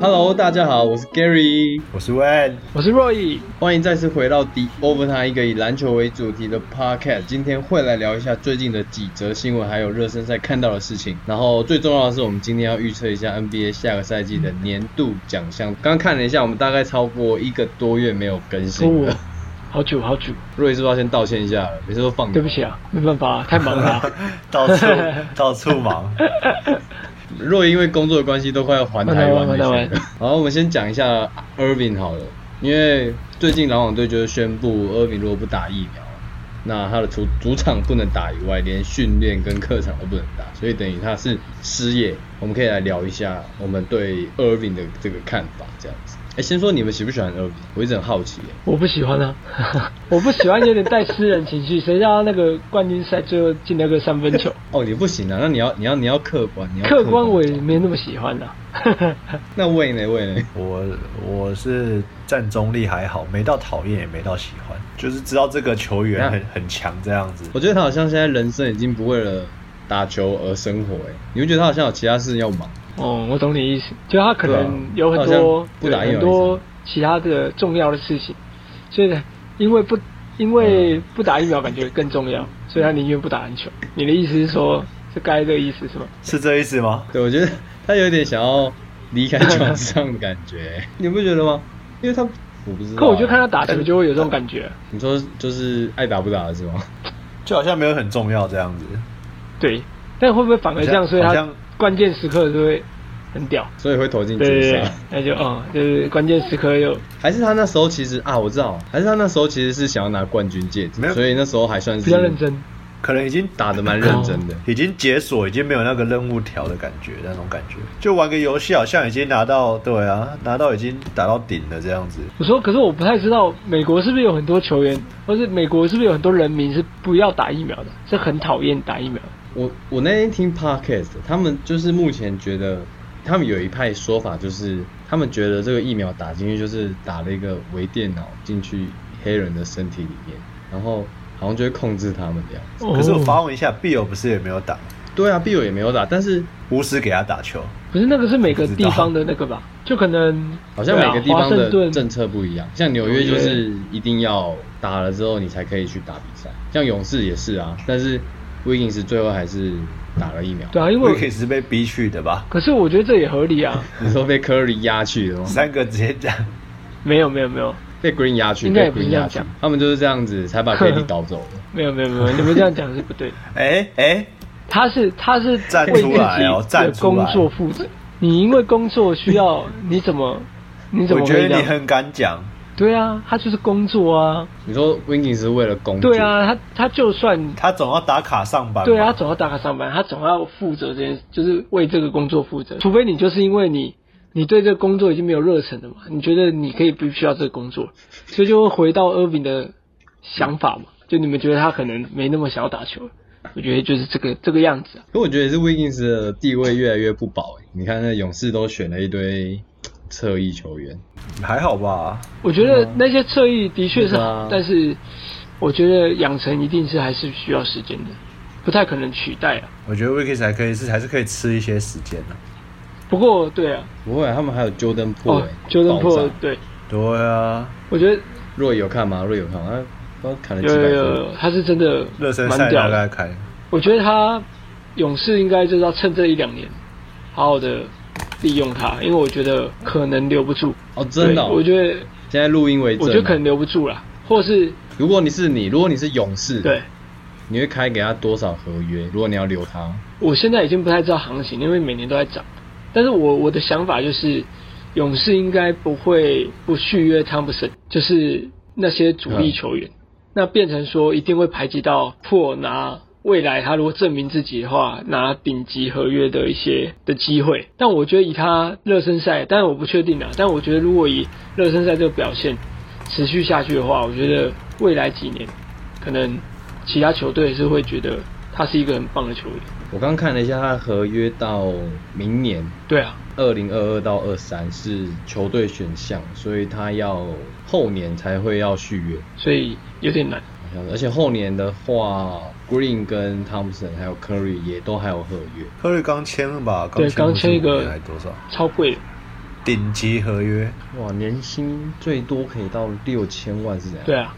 Hello，大家好，我是 Gary，我是 Wen，我是若意。欢迎再次回到 The Overtime 一个以篮球为主题的 Podcast。今天会来聊一下最近的几则新闻，还有热身赛看到的事情。然后最重要的是，我们今天要预测一下 NBA 下个赛季的年度奖项。刚刚看了一下，我们大概超过一个多月没有更新了。好久好久，若意是不是要先道歉一下了？每次都放对不起啊，没办法、啊，太忙了、 啊，到处到处忙。若因为工作的关系，都快要环台湾环去台湾了。然后我们先讲一下 Irving 好了，因为最近篮网队就是宣布 Irving 如果不打疫苗，那他的主主场不能打以外，连训练跟客场都不能打，所以等于他是失业。我们可以来聊一下我们对 Irving 的这个看法，这样子。哎，先说你们喜不喜欢 Irving？我一直很好奇耶。我不喜欢啊， 我不喜欢有点带私人情绪，谁叫他那个冠军赛最后进了个三分球？哦，你不行啊，那你要你要你要客观， 你要客观观我也没那么喜欢啊。那魏呢？魏呢？我我是站中立还好，没到讨厌也没到喜欢，就是知道这个球员很很强这样子。我觉得他好像现在人生已经不为了打球而生活，哎，你会觉得他好像有其他事情要忙。哦，我懂你意思，就他可能有很对啊好多像不打对疫苗很多其他的重要的事情，所以因为不因为嗯不打疫苗感觉更重要，所以他宁愿不打篮球。你的意思是说，是该这个意思是吗？是这意思吗？对，我觉得他有点想要离开球场的感觉，你不觉得吗？因为他我不知道啊。可我就看他打球就会有这种感觉。你说就是爱打不打的是吗？就好像没有很重要这样子。对，但会不会反而这样？好像所以好他像关键时刻就会很屌。所以会投进对对绝对杀。，那就哦，就是关键时刻又还是他那时候其实啊，我知道，还是他那时候其实是想要拿冠军戒指没，有所以那时候还算是比较认真。可能已经打得蛮认真的。已经解锁，已经没有那个任务条的感觉，那种感觉，就玩个游戏，好像已经拿到，对啊，拿到已经打到顶了这样子。我说，可是我不太知道美国是不是有很多球员，或是美国是不是有很多人民是不要打疫苗的，是很讨厌打疫苗的。我我那天听 podcast，他们就是目前觉得，他们有一派说法，就是他们觉得这个疫苗打进去就是打了一个微电脑进去黑人的身体里面，然后好像就会控制他们这样哦子。哦可是我发问一下，碧友不是也没有打，对啊，碧友也没有打，但是巫师给他打球，不是那个是每个地方的那个吧？就可能好像每个地对啊方华盛的顿政策不一样，像纽约就是一定要打了之后你才可以去打比赛，像勇士也是啊，但是 Wiggins 最后还是打了疫苗。对啊，因威克为是被逼去的吧？可是我觉得这也合理啊。你说被 Curry 压去了吗？三个直接讲，没有没有没有被 Green 压去，应该被也不是 Green 这样压去讲，他们就是这样子 才把 KD 搞走的。没有没有没有，你们这样讲是不对的。哎哎，他是他是站为自出己来哦站的出工来作负责。你因为工作需要，你怎么你怎我么觉会这得你样？很敢讲，对啊，他就是工作啊。你说 Wiggins 是为了工作？对，啊，他他就算他总要打卡上班嘛，对啊，他总要打卡上班，他总要负责这件，事，就是为这个工作负责。除非你就是因为你你对这个工作已经没有热忱了嘛，你觉得你可以不需要这个工作，所以就会回到 Irving 的想法嘛，就你们觉得他可能没那么想要打球了，我觉得就是这个这个样子啊。可我觉得是 Wiggins 的地位越来越不保、欸。你看那勇士都选了一堆侧翼球员，还好吧？我觉嗯得那些侧翼的确是对好，啊但是我觉得养成一定是还是需要时间的，不太可能取代啊。我觉得 Wiggins 还可以是还是可以吃一些时间的、不过对啊，不会、啊，他们还有 Jordan 欸 p o 哦 o ，Jordan p o 破，对，对啊，我觉得若有看吗？若有看吗，他不知道砍了几有百有分。有，他是真的热身蛮赛屌大的概。开，我觉得他勇士应该就是要趁这一两年，好好的利用他，因为我觉得可能留不住。哦，真的哦、对我觉得现在录音为证。啊我觉得可能留不住啦，或是如果你是你，如果你是勇士，对，你会开给他多少合约？如果你要留他，我现在已经不太知道行情，因为每年都在涨。但是我我的想法就是，勇士应该不会不续约汤普森，就是那些主力球员，那变成说一定会排挤到破拿未来他如果证明自己的话，拿顶级合约的一些的机会。但我觉得以他热身赛，但我不确定啊，但我觉得如果以热身赛这个表现持续下去的话，我觉得未来几年可能其他球队是会觉得他是一个很棒的球员。我刚看了一下他的合约到明年对啊，二零二二到二三是球队选项，所以他要后年才会要续约。所以有点难。像是，而且后年的话，Green 跟 Thompson 还有 Curry 也都还有合约，科瑞刚签吧，对刚签一不个是五年还多少超贵的。顶级合约，哇，年薪最多可以到六千万是这样。对啊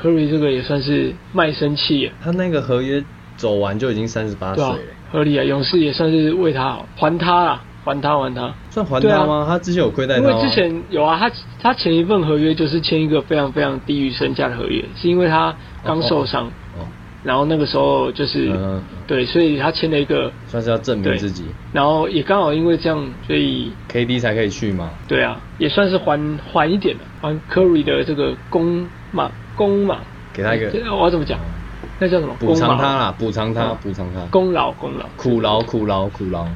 ，Curry 这个也算是卖身契耶，他那个合约走完就已经三十八岁对啊了，，合理啊。勇士也算是为他好，还他啊，还他还他。算还对啊他吗？他之前有亏待因他为吗？之前有啊，他他前一份合约就是签一个非常非常低于身价的合约，是因为他刚受伤，哦，然后那个时候就是、嗯对，所以他签了一个，算是要证明对自己然后也刚好因为这样，所以，KD 才可以去嘛。对啊，也算是还还一点了，还 Curry 的这个功嘛功嘛，给他一个这我要怎么讲？那叫什么？补偿他功劳啦，补偿他，嗯补偿他，功劳功劳苦劳苦劳苦劳。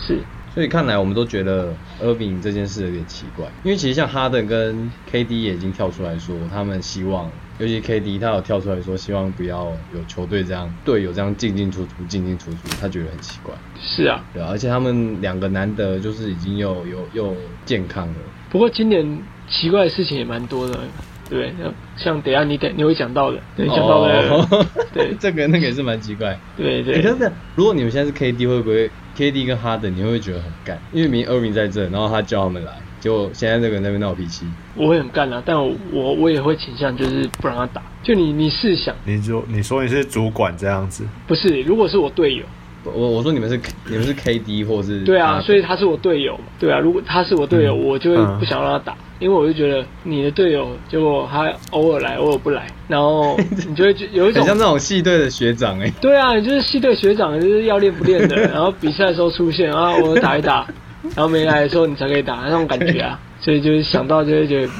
是所以看来我们都觉得 Irving 这件事有点奇怪，因为其实像哈登跟 KD 也已经跳出来说，他们希望，尤其 KD 他有跳出来说，希望不要有球队这样队友这样进进出出进进出出，他觉得很奇怪，是啊，对、啊、而且他们两个难得就是已经又又又健康了，不过今年奇怪的事情也蛮多的，对，那像等一下你等你会讲到的，对，讲到的，哦 对这个那个也是蛮奇怪。欸对可对是这样如果你们现在是 KD，会不会 KD 跟哈登，你会不会觉得很干？因为明 Irving 在这，然后他叫他们来，结果现在这个人在那边闹脾气，我会很干啊，但我我我也会倾向就是不让他打。就你你试想，你说你说你是主管这样子，不是，如果是我队友，我我我说你们是你们是 KD 或是对啊， Harden 所以他是我队友嘛，对啊，如果他是我队友，嗯我就会嗯不想让他打，因为我就觉得你的队友，结果他偶尔来，偶尔不来，然后 你就会觉有一种很像那种系队的学长哎、欸对啊，你就是系队学长，就是要练不练 的，然后比赛的时候出现啊，我打一打，然后没来的时候你才可以打，那种感觉啊，所以就是想到就 会觉得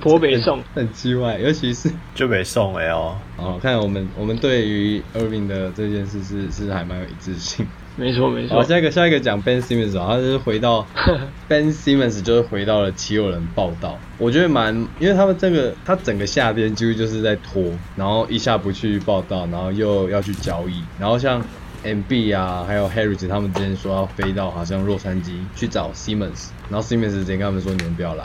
颇北宋。很奇怪，尤其是就被送了哦。哦，看来我们我们对于 Irving 的这件事是是还蛮有一致性。没错没好，错，下一个下一个讲 Ben Simmons 啊，他就是回到 Ben Simmons 就是回到了奇友人报道，我觉得蛮，因为他们这个他整个夏天几乎就是在拖，然后一下不去报道，然后又要去交易，然后像 MB 啊，还有 Harris 他们之前说要飞到好像洛杉矶去找 Simmons，然后 Simmons 直接跟他们说你们不要来，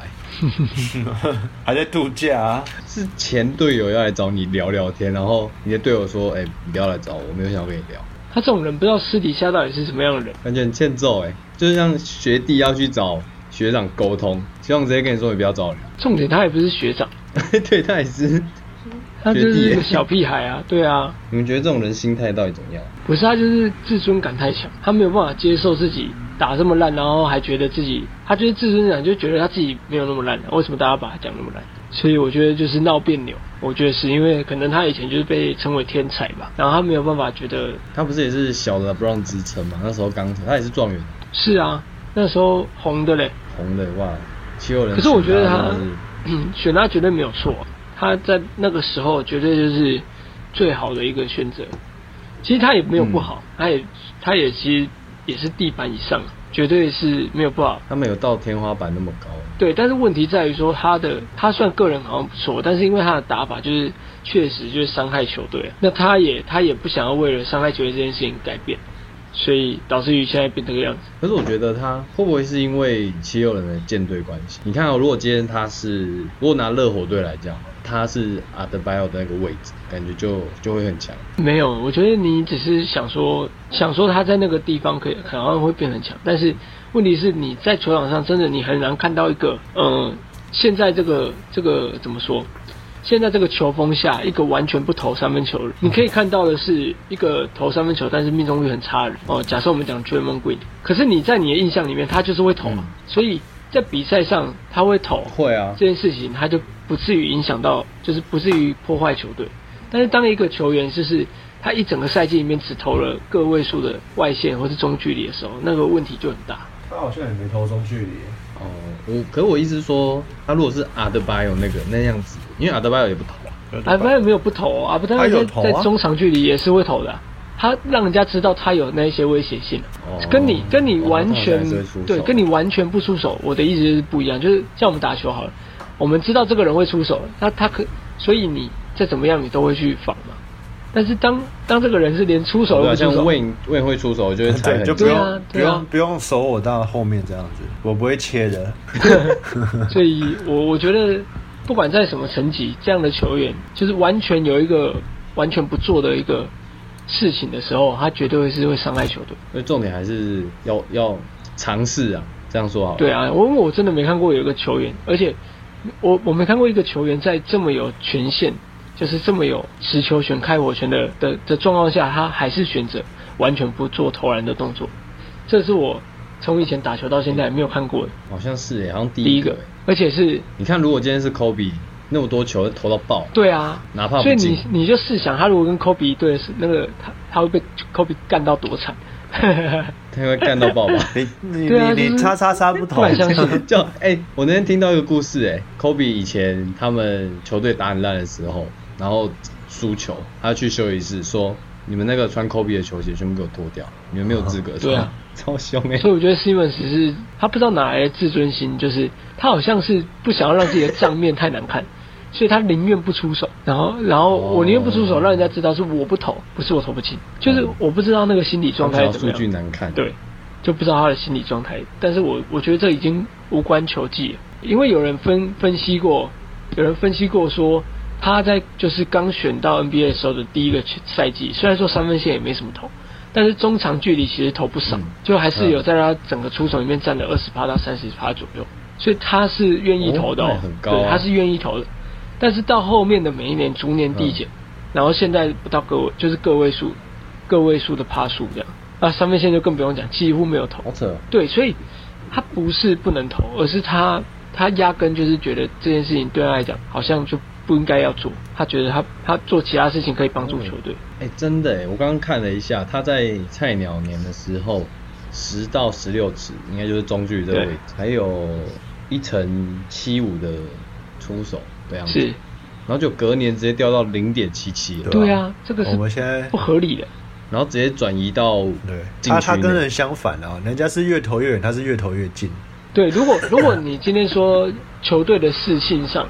还在度假、啊，是前队友要来找你聊聊天，然后你的队友说，哎、你不要来找我，我没有想要跟你聊。他这种人不知道私底下到底是什么样的人。感觉很欠揍哎、就是像学弟要去找学长沟通，学长直接跟你说你不要找我聊，重点他也不是学长， 对他也是。他就是一学弟个耶小屁孩啊，对啊，你们觉得这种人心态到底怎么样？不是他就是自尊感太强，他没有办法接受自己打这么烂，然后还觉得自己，他就是自尊感就觉得他自己没有那么烂，啊为什么大家把他讲那么烂？所以我觉得就是闹别扭，我觉得是因为可能他以前就是被称为天才吧，然后他没有办法觉得他不是也是小的 Brown 支撑嘛？那时候刚他也是状元，是啊，那时候红的嘞， 红的哇，七六人。可是我觉得他真的是选他绝对没有错，他在那个时候绝对就是最好的一个选择。其实他也没有不好，他也他也其实也是地板以上，绝对是没有不好。他没有到天花板那么高，对，但是问题在于说他的他算个人好像不错，但是因为他的打法就是确实就是伤害球队，那他也他也不想要为了伤害球队这件事情改变，所以导致于现在变这个样子。可是我觉得他会不会是因为七六人的舰队关系？你看、哦，如果今天他是如果拿热火队来讲，他是阿德拜奥的那个位置，感觉就就会很强。没有，我觉得你只是想说，想说他在那个地方可以可能会变很强，但是问题是你在球场上真的你很难看到一个，嗯，现在这个这个怎么说？现在这个球风下，一个完全不投三分球的人，你可以看到的是一个投三分球，但是命中率很差的人。哦，假设我们讲 Draymond Green，可是你在你的印象里面，他就是会投啊，嗯所以在比赛上他会投，会啊，这件事情，他就不至于影响到，就是不至于破坏球队。但是当一个球员就是他一整个赛季里面只投了个位数的外线或是中距离的时候，那个问题就很大。他好像也没投中距离。哦，我可我意思是说，他如果是阿德巴有那个那样子，因为阿德巴有也不投啊，阿布没有不投，阿布他有在投啊在中长距离也是会投的啊、他让人家知道他有那一些威胁性，哦跟你跟你完全哦他还是会出手对，跟你完全不出手，我的意思就是不一样。就是像我们打球好了，我们知道这个人会出手，那他可所以你再怎么样你都会去防嘛。但是当当这个人是连出手都对不啊，出像 手， Win Win 会出手，我就会踩对，很就久不用、对啊不对啊用不用手我到后面这样子，我不会切的。所以我我觉得不管在什么层级，这样的球员就是完全有一个完全不做的一个事情的时候，他绝对会是会伤害球队。所以重点还是要要尝试啊，这样说好了。对啊，我我真的没看过有一个球员，而且我我没看过一个球员在这么有权限，就是这么有持球权、开火权的的的状况下，他还是选择完全不做投篮的动作，这是我从以前打球到现在没有看过的好像是诶，好像第第一一个诶，而且是你看，如果今天是 Kobe，那么多球投到爆，对啊，哪怕不所以进你你就试想，他如果跟科比对的是那个他他会被科比干到多惨， 他会干到爆吧？你你对啊你就你是叉叉叉不不同敢，相信 就哎、我那天听到一个故事、哎，Kobe 以前他们球队打很烂的时候，然后输球，他去休息室说：“你们那个穿 Kobe 的球鞋全部给我脱掉，你们没有资格穿。对啊 超凶哎、所以我觉得 Simmons 是他不知道哪来的自尊心，就是他好像是不想要让自己的账面太难看，所以他宁愿不出手。然后，然后哦我宁愿不出手，让人家知道是我不投，不是我投不进，就是我不知道那个心理状他态想要怎么数据样。难看，对，就不知道他的心理状态。但是我我觉得这已经无关球技了，因为有人分分析过，有人分析过说。他在就是刚选到 NBA 的时候的第一个赛季，虽然说三分线也没什么投，但是中长距离其实投不少，嗯就还是有在他整个出手里面占了二十趴到三十趴左右，所以他是愿意投的、哦那很高啊对，他是愿意投的。但是到后面的每一年逐年递嗯减，然后现在不到个位，就是个位数，个位数的趴数这样。那三分线就更不用讲，几乎没有投好。扯哦。对，所以他不是不能投，而是他他压根就是觉得这件事情对他来讲好像就不应该要做，他觉得他他做其他事情可以帮助球队。哎、真的哎、我刚刚看了一下，他在菜鸟年的时候，十到十六尺，应该就是中距离这个位对置，还有一乘七五的出手的样子，是，然后就隔年直接掉到零点七七了，对啊对啊，这个是我们现在不合理的。然后直接转移到对禁他区他内跟人相反啊，人家是越投越远，他是越投越近。对，如果如果你今天说球队的士气上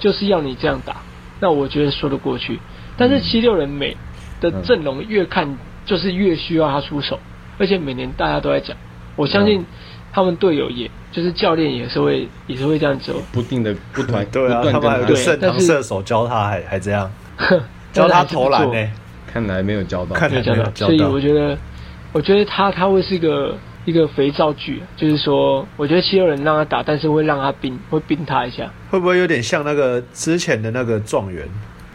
就是要你这样打，那我觉得说得过去。但嗯是七六人每的阵容越看就是越需要他出手，而且每年大家都在讲，我相嗯信他们队友也就是教练也是会也是会这样哦做，不定的不团 对啊，不他断们还有跟个对盛但唐是射手教他还还这样但教是他还是不投篮欸做呢、看来没有交到，看来这没有样交所以到我觉得，我觉得他他会是一个一个肥皂剧，啊就是说，我觉得七六人让他打，但是会让他冰会冰他一下，会不会有点像那个之前的那个状元，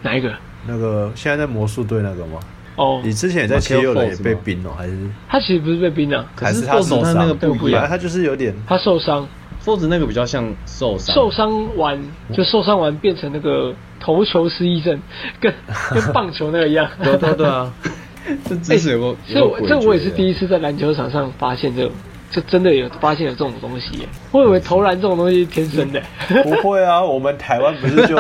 哪一个？那个现在在魔术队那个吗？哦，你之前也在 Markel 七六人也 Fultz 被吗冰哦，还是他其实不是被冰啊，可还是他受 Fultz 伤？那个不一反样正他就是有点他受伤，瘦子那个比较像受伤，受伤完就受伤完变成那个头球失忆症，跟跟棒球那个 一样。对对对啊，这姿势有个，哎所以我 这我也是第一次，次在篮球场上发现这种，就真的有发现有这种东西 耶。我以为投篮这种东西是天生的，不会啊， 我们台湾不是就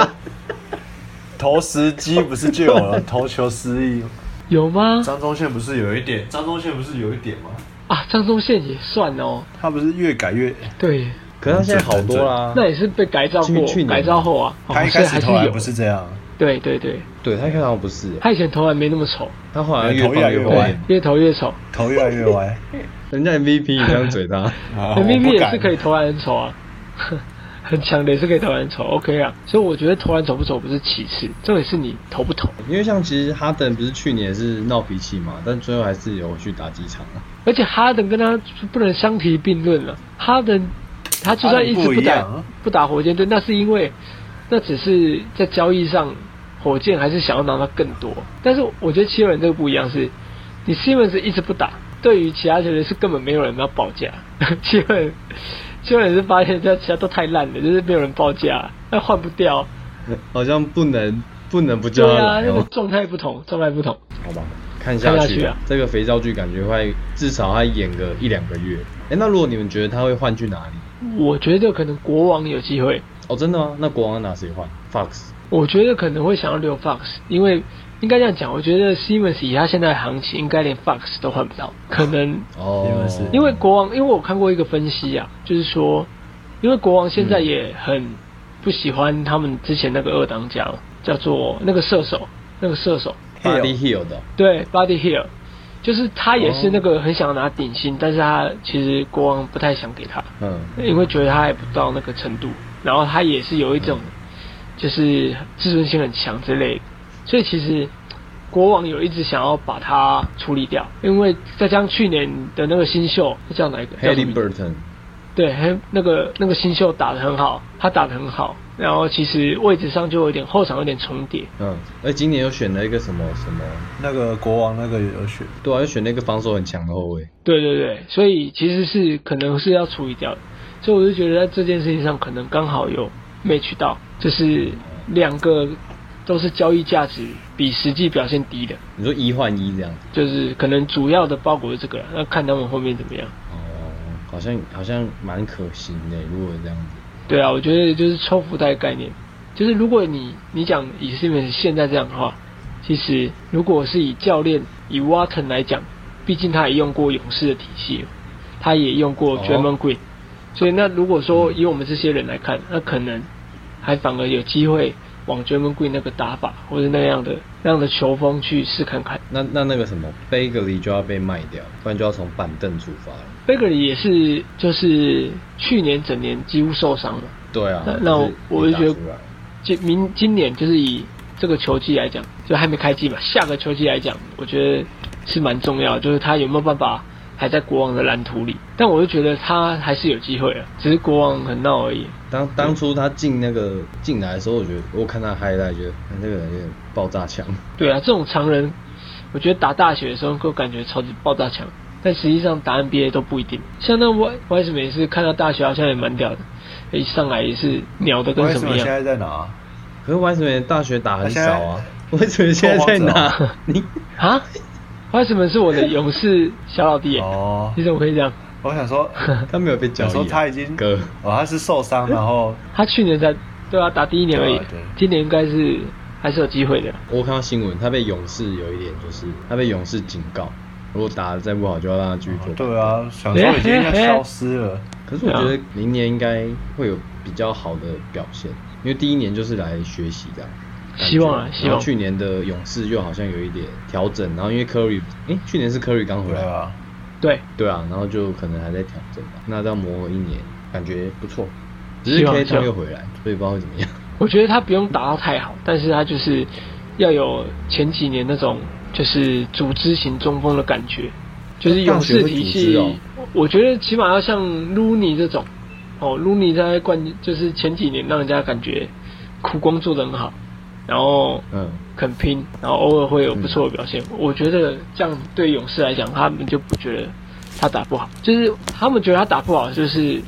投石机不是就有了投球失忆？有吗？张忠宪不是有一点？张忠宪不是有一点吗？啊，张宗宪也算哦，他不是越改越对，啊可是他现在好多啦，那也是被改造过去去，年改造后啊，哦他一所开以始还是投篮有不，是这样，对对对，对他看好像不是，他以前投篮没那么丑，他后来越头越放来越越歪歪对，，越投越丑。头越来越 歪。啊人家 MVP 你这样嘴他，啊 MVP 我不也敢是可以投篮很丑啊， 很强的也是可以投篮很丑，OK 啊。所以我觉得投篮丑不丑不是其次，重点是你投不投。因为像其实哈登不是去年也是闹脾气嘛，但最后还是有去打几场啊。而且哈登跟他不能相提并论了，哈登他就算一直哈登不不一打样啊不打火箭队，那是因为那只是在交易上，火箭还是想要拿到更多。但是我觉得七六人这个不一样是，你 Simmons 一直不打，对于其他球队是根本没有人要报价， 七六人七六人是发现这其他都太烂了，就是没有人报价，那换不掉。好像不能不能不对叫他啊，来那个哦，状态不同，状态不同。好吧，看下看下去去啊啊。这个肥皂剧感觉会至少还演个一两个月。哎，那如果你们觉得他会换去哪里？我觉得可能国王有机会，哦，真的吗？那国王拿谁换？Fox 我觉得可能会想要留 Fox，因为应该这样讲，我觉得 Simmons 以他现在的行情，应该连 Fox 都换不到，可能因哦为是，因为国王，因为我看过一个分析啊，就是说，因为国王现在也很不喜欢他们之前那个二当家了，叫做那个射手，那个射手， Body Hill 的哦对 Buddy Hill，就是他也是那个很想拿顶薪，但是他其实国王不太想给他，嗯，因为觉得他还不到那个程度，然后他也是有一种就是自尊心很强之类的。所以其实国王有一直想要把他处理掉，因为再加上去年的那个新秀叫哪一个 h 叫 a l i 什么名 b u r 字 t o n 对，还有那个那个新秀打得很好，他打得很好，然后其实位置上就有点后场有点重叠，嗯，而今年又选了一个什么什么，那个国王那个也有选，对啊，又选了一个防守很强的后卫。对对对，所以其实是可能是要处理掉的，所以我就觉得在这件事情上可能刚好有 match 到，就是两个都是交易价值比实际表现低的，你说一换一这样子，就是可能主要的包裹是这个啦，那看他们后面怎么样。哦，好像好像蛮可行的，如果这样子。对啊，我觉得就是抽福袋概念，就是如果你你讲以 s i m o 现在这样的话，其实如果是以教练以 Watson 来讲，毕竟他也用过勇士的体系，他也用过哦 Draymond Green，、所以那如果说以我们这些人来看，那可能还反而有机会往 Draymond Green 那个打法或者那样的那样的球风去试看看。那那那个什么 Bagley 就要被卖掉，不然就要从板凳出发了。 Bagley 也是就是去年整年几乎受伤了。对啊那，那我我是就打觉得出来今明今年就是以这个球季来讲，就还没开季嘛，下个球季来讲，我觉得是蛮重要的，就是他有没有办法还在国王的蓝图里。但我就觉得他还是有机会的，只是国王很闹而已。当当初他进那个进来的时候，我觉得我看他 highlight，觉得嗯这个人有点爆炸强。对啊，这种常人，我觉得打大学的时候都感觉超级爆炸强，但实际上打 NBA 都不一定。像那 Y Y 什么也是看到大学好像也蛮屌的，一上来也是鸟的跟为什什么么一样现。在在哪？可是为什么大学打很少啊？为什么现现在在在拓哪？ 你啊，Y 什么是我的勇士小老弟耶？哦你，怎么可以这样？我想 说，他没有被交想易、说啊，他已经哥，哦，他是受伤，然 后他去年才对啊，打第一年而已，对啊对今年应该是还是有机会的。我看到新闻，他被勇士有一点就是他被勇士警告，如果打的再不好就要让他继续做。对啊，想哎说已经要消失了，可是我觉得明年应该会有比较好的表现，因为第一年就是来学习的。感觉希望啊希望然后去年的勇士又好像有一点调整，然后因为 Curry，哎、去年是 Curry 刚回对来，啊，对，对啊，然后就可能还在调整吧。那这样磨合一年，感觉不错。只是希望 K 希他望又回来，所以不知道会怎么样。 我觉得他不用打到太好，但是他就是要有前几年那种就是组织型中锋的感觉，就是勇士体大学会组系。织哦我觉得起码要像 Luni 这种，哦，Luni 在冠就是前几年让人家感觉苦工做得很好，然后嗯，肯拼，然后偶尔会有不错的表现。我觉得这样对勇士来讲，他们就不觉得他打不好，就是他们觉得他打不好，就是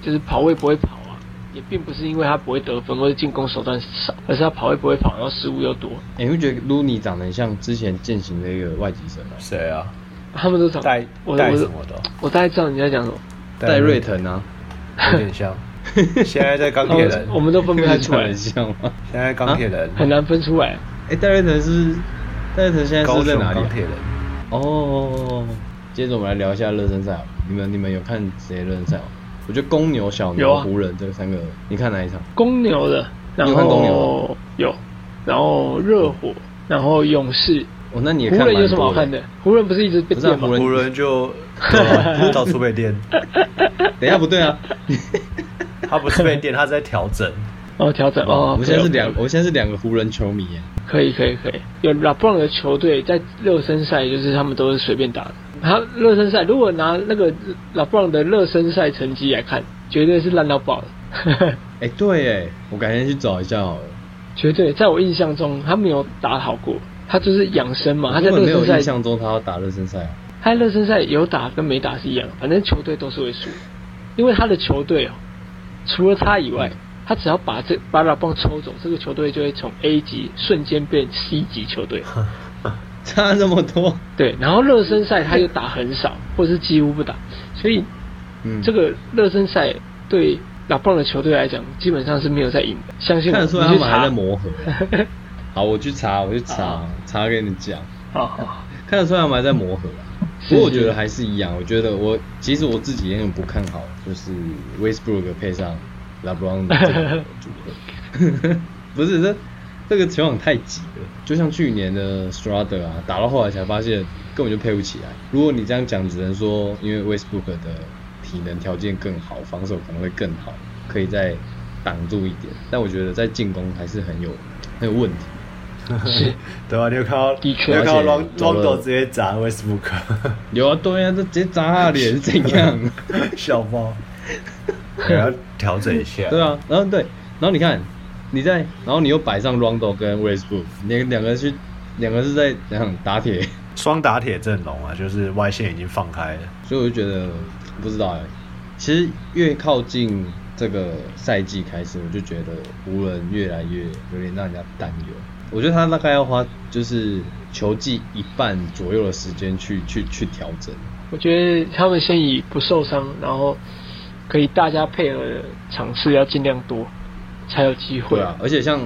就是跑位不会跑啊，也并不是因为他不会得分或者进攻手段少，而是他跑位不会跑，然后失误又多。哎、你会觉得 Luni 长得很像之前践行的一个外籍生吗？谁啊？他们都长戴哦我戴我什么的？我大概知道你在讲什么，戴瑞腾啊，有点 像， 现在在钢铁人然哦后，我啊们都分不太出长得 来很，像 吗？现在钢铁人，很难分出来。哎、戴瑞腾是戴瑞腾现在高是在雄哪里、钢啊？铁人，哦，接着我们来聊一下热身赛好了。你们你们有看谁热身赛吗？我觉得公牛、小有牛、啊湖人这三个，你看哪一场？公牛的，然你有看公牛后有，然后热火，然后勇士。哦，那你也湖看蛮人多有什么好看的？湖人不是一直被不是啊电吗湖？人湖人 就对啊到处被电，的？ 等一下不对 啊，他不是被电，他是在调整，哦，调整哦，我们现在是 OK，OK，两，我现在是两个湖人球迷耶。可以可以可以，有 LeBron 的球队在热身赛，就是他们都是随便打的。他热身赛如果拿那个 LeBron 的热身赛成绩来看，绝对是烂到爆的， 哎、对哎，我改天去找一下好了。绝对在我印象中他没有打好过，他就是养生啊嘛，他在我根本没热有印身赛，象中他要打热身赛啊。他在热身赛有打跟没打是一样，反正球队都是会输，因为他的球队哦，除了他以外。他只要把这把 LeBron 抽走，这个球队就会从 A 级瞬间变 C 级球队。差那么多，对，然后热身赛他又打很少，或是几乎不打，所以嗯，这个热身赛对老棒的球队来讲，基本上是没有在赢的。相信我，看得出来你他去们查啊还在。磨 合。好，我去查，我去查好，查给你讲。好好，看得出来他们还在磨合啦。是不过我觉得还是一样，我觉得我其实我自己也很不看好，就是 Westbrook 配上 LeBron 的这 个组合， 不是这这个球场太挤了，就像去年的 Strada 啊，打到后来才发现根本就配不起来。如果你这样讲，只能说因为 Westbrook 的体能条件更好，防守可能会更好，可以在挡住一点，但我觉得在进攻还是很有很有问题。是，对啊吧、你有看到，的确你有看到而且 Rondo 走了 Rondo 直接砸 Westbrook，有啊，对啊，这直接砸他的脸是怎样？ 笑爆，可能要调整一下。啊对啊，然后对，然后你看你在，然后你又摆上 Rondo 跟 Westbrook，两两个去，两个是在怎样打铁， 双打铁阵容啊，就是外线已经放开了。所以我就觉得不知道哎、其实越靠近这个赛季开始，我就觉得湖人越来越有点让人家担忧。我觉得他大概要花就是球季一半左右的时间去去去调整。我觉得他们先以不受伤，然后可以大家配合的场次要尽量多，才有机会对啊，。而且像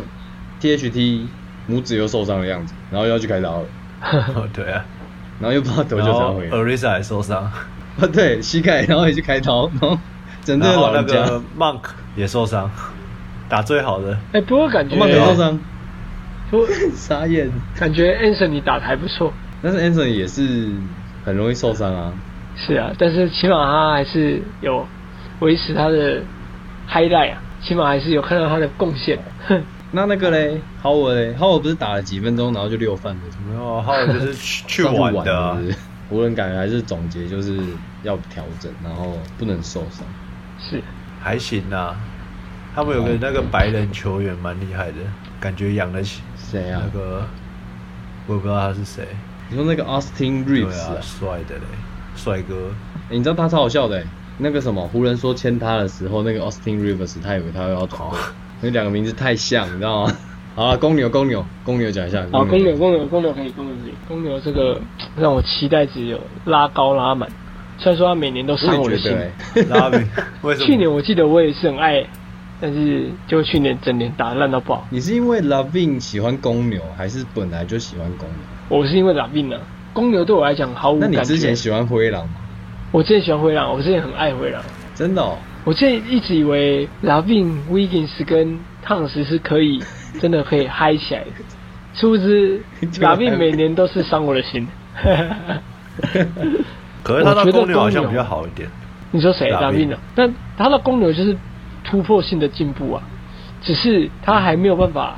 THT 拇指又受伤的样子，然后又要去开刀了，哦 对啊，然后又不知道多久然才会后回来。 Arisa 还受 伤，啊，对，膝盖，然后也去开刀，然后整个然后老那人家，个 Monk 也受伤，打最好的。哎、不过感觉我妈给受伤，不傻眼。感觉 Anthony 打的还不错，但是 Anson 也是很容易受伤啊，是啊，但是起码他还是有维持他的 highlight 啊，起码还是有看到他的贡献。哼那那个嘞，好我嘞，好我不是打了几分钟，然后就六犯了，没有，还有 就是去去上去玩的的啊。是不是。湖人感觉还是总结就是要调整，然后不能受伤。是，还行啊。他们有个那个白人球员蛮厉害的，感觉养得起。谁啊那？个我也不知道他是谁。你说那个 Austin 对 Reeves，、啊，帅的嘞，帅哥。欸你知道他超好笑的、欸，那个什么湖人说签他的时候，那个 Austin Rivers 他以为他要转会哦，那两个名字太像，你知道吗？ 好了，公牛，公牛，公牛讲一下。好，公牛，公牛，公牛可以，公牛可以，公牛这个让我期待值有拉高拉满。虽然说他每年都我伤我的也觉心得、，欸，拉比为什么？去年我记得我也是很爱，但是就去年整年打烂到爆。 你是因为 Lovin 喜欢公牛，还是本来就喜欢公牛？我是因为拉病了，公牛对我来讲毫无那感你觉。之前喜欢灰狼吗？我之前喜欢灰狼，我之前很爱灰狼。真的、哦，我之前一直以为拉病、Wiggins 跟汤什是可以真的可以嗨起来的，殊 不知结果拉还病每年都是伤我的心。可是他我到觉得公牛好像公牛比较好一点。你说谁？拉拉宾宾呢？但他的公牛就是突破性的进步啊，只是他还没有办法，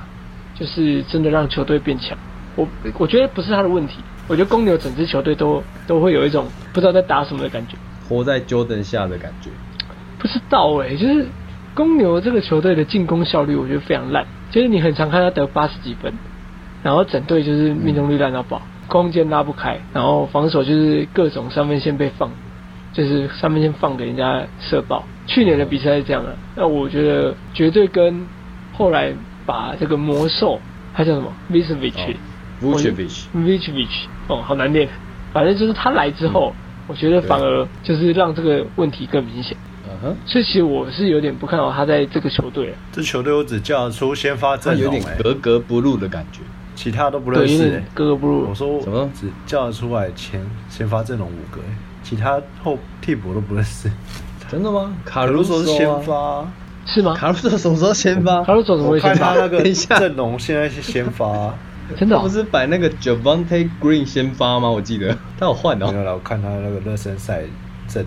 就是真的让球队变强。我我觉得不是他的问题，我觉得公牛整支球队都都会有一种不知道在打什么的感觉，活在 Jordan 下的感觉。不知道哎、就是公牛这个球队的进攻效率我觉得非常烂，就是你很常看他得八十几分，然后整队就是命中率烂到爆，空间拉不开，然后防守就是各种三分线被放，就是三分线放给人家射爆。去年的比赛是这样的，那我觉得绝对跟后来把这个魔兽，他叫什么 v i s v i 哦 c v u c e v i c v i c v i c 哦，好难念，反正就是他来之后，我觉得反而就是让这个问题更明显。嗯哼，所以其实我是有点不看好他在这个球队了，这球队我只叫出先发他阵有容、点欸，格格不入的感觉。其他都不认对，有识、点欸。格格不入我。说什么只叫得出来前先发阵容五个、欸，其他后替补都不认识。真的吗？卡比鲁如说索是先啊，发、啊。是吗？卡鲁索什么时候先发？卡鲁总怎么我会看先他发？那个等一下阵容现在是先发、啊 真的他哦、不是摆那个 Javante Green 先发吗？我记得 他有换没哦。有啦，我看他那个热身赛阵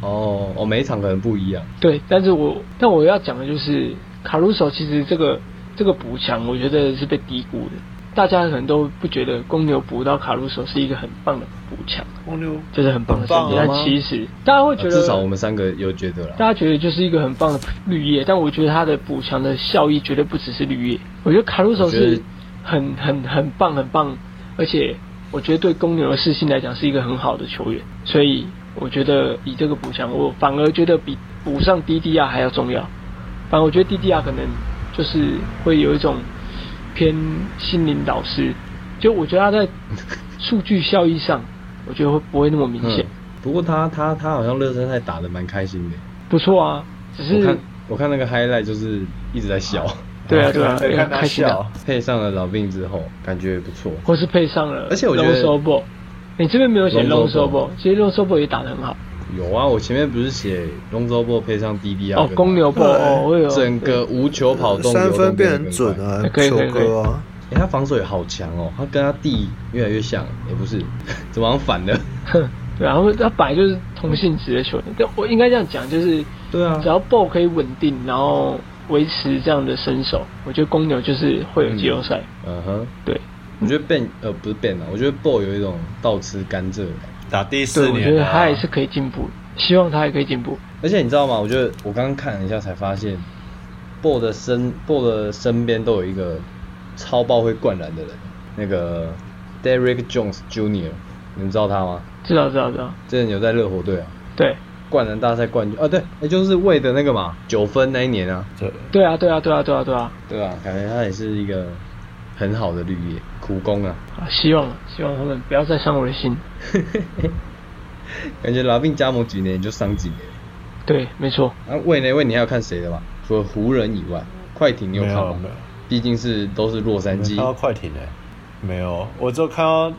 容，哦哦，每一场可能不一样。对，但是我但我要讲的就是卡鲁索其实这个这个补强，我觉得是被低估的。大家可能都不觉得公牛补到卡鲁索是一个很棒的补强，公牛就是很棒的很棒升级。啊但其实大家会觉呃得，至少我们三个有觉得大啦。家觉得就是一个很棒的绿叶，但我觉得它的补强的效益绝对不只是绿叶。我觉得卡鲁索我觉得是很很很棒很棒，而且我觉得对公牛的士气来讲是一个很好的球员，所以我觉得以这个补强，我反而觉得比补上 DDR 还要重要。反而我觉得 DDR 可能就是会有一种偏心灵导师，就我觉得他 在数据效益上，我觉得会不会那么明显嗯？，不过他他他好像热身赛打得蛮开心的。不错啊，只我是看我看那个 highlight 就是一直在笑，对啊对啊，看要看他开心啊笑。。配上了老病之后，感觉不错。或是配上了，而且我觉得 l o n s o 你这边没有写 l o n Lonzo s o Ball 其实 l o n s o 也打得很好有啊，我前面不是写龙舟波配上 DD 啊，哦，公牛 ball 哦，我有整个无球跑动三分变很很准了。啊呃哎，可以球可以可以哥啊，哎、他防守也好强哦，他跟他弟越来越像，也、不是， 怎么好像反的？对啊，然后他本来就是同性质的球员，但我应该这样讲，就是对啊只，要 ball 可以稳定，然后维持这样的身手，我觉得公牛就是会有季后赛。嗯哼，对，我觉得 Ben 呃不是 Ben 啊，我觉得 Bo 有一种倒吃甘蔗的感觉。打第四对，我年、啊，觉得他也是可以进步，希望他也可以进步。而且你知道吗？我觉得我刚刚看了一下才发现，Bo 的身 Bo 的身边都有一个超爆会灌篮的人，那个 Derrick Jones Jr.，你们知道他吗？知道，知道，知道。之前有在热火队啊，对，灌篮大赛冠军啊，对，那就是为的那个嘛，九分那一年啊，对，对啊，对啊，对啊，对啊，对啊。对吧、感觉他也是一个很好的绿叶苦工啊，啊，希望希望他们不要再伤我的心。感觉拉宾加盟几年就伤几年。对，没错。啊，魏呢？魏你还有看谁的吗？除了湖人以外，快艇你有没看有吗没有？毕竟是都是洛杉没矶看，到快艇诶、没有，我只有看到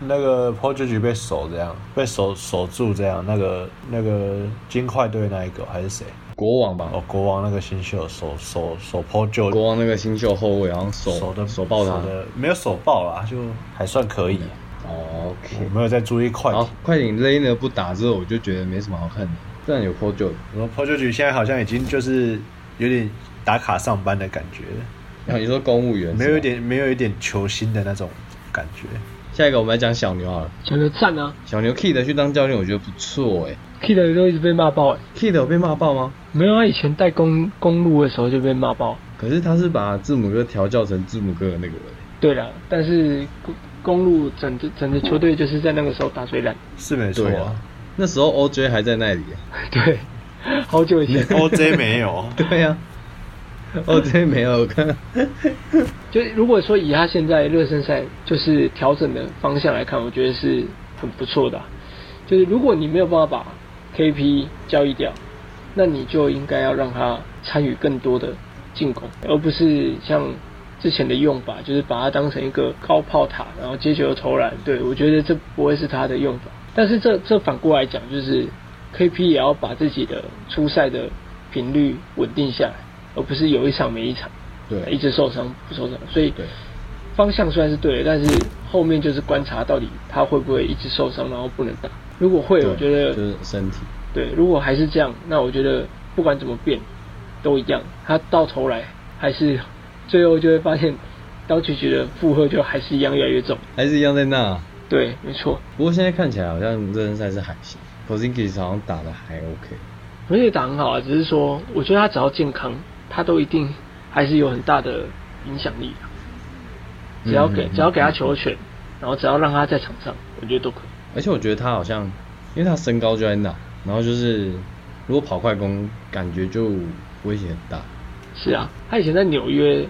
那个 p o j e 被守这样，被守守住这样，那个那个金块队那一个还是谁？国王吧，哦，国王那个新秀守守守 p o j 嗯 e 国王那个新秀后卫好像手守的手爆他守。的没有手爆啦，就还算可以。哦我 OK，没有在注意快好艇。，快艇 l 呢不打之后，我就觉得没什么好看的。虽然有 p o j o 我 p o j e 现在好像已经就是有点打卡上班的感觉了，然后你说公务员没有一是吧。啊点没有一点球星的那种感觉。下一个我们来讲小牛好了，小牛赞啊小牛 Kid 去当教练，我觉得不错哎、 ，Kid 都一直被骂爆哎、 Kid 有被骂爆吗？没有他以前带公公路的时候就被骂爆。可是他是把字母哥调教成字母哥的那个人。欸对了，但是公公路整支整支球队就是在那个时候打最烂。是没错对啊，那时候 OJ 还在那里、啊对，好久 以前，OJ 没有， 对呀、啊、，OJ 没有看，就是如果说以他现在热身赛就是调整的方向来看，我觉得是很不错的啊、就是如果你没有办法把 KP 交易掉，那你就应该要让他参与更多的进攻，而不是像之前的用法，就是把他当成一个高炮塔，然后接球投篮。对我觉得这不会是他的用法。但是这这反过来讲，就是 KP 也要把自己的出赛的频率稳定下来，而不是有一场没一场。对，一直受伤不受伤，所以对方向虽然是对的，但是后面就是观察到底他会不会一直受伤，然后不能打。如果会，我觉就得是身体，对，如果还是这样，那我觉得不管怎么变都一样，他到头来还是最后就会发现刀曲局的负荷就还是一样越来越重。还是一样在那。啊对，没错，不过现在看起来好像热身赛是还行 p o z i n k i s 好像打的还 OK。而且打很好啊，只是说我觉得他只要健康，他都一定还是有很大的影响力的。只要给嗯嗯嗯只要给他球权，然后只要让他在场上，我觉得都可以。而且我觉得他好像，因为他身高就在那，然后就是如果跑快攻，感觉就威胁很大。是啊，他以前在纽约，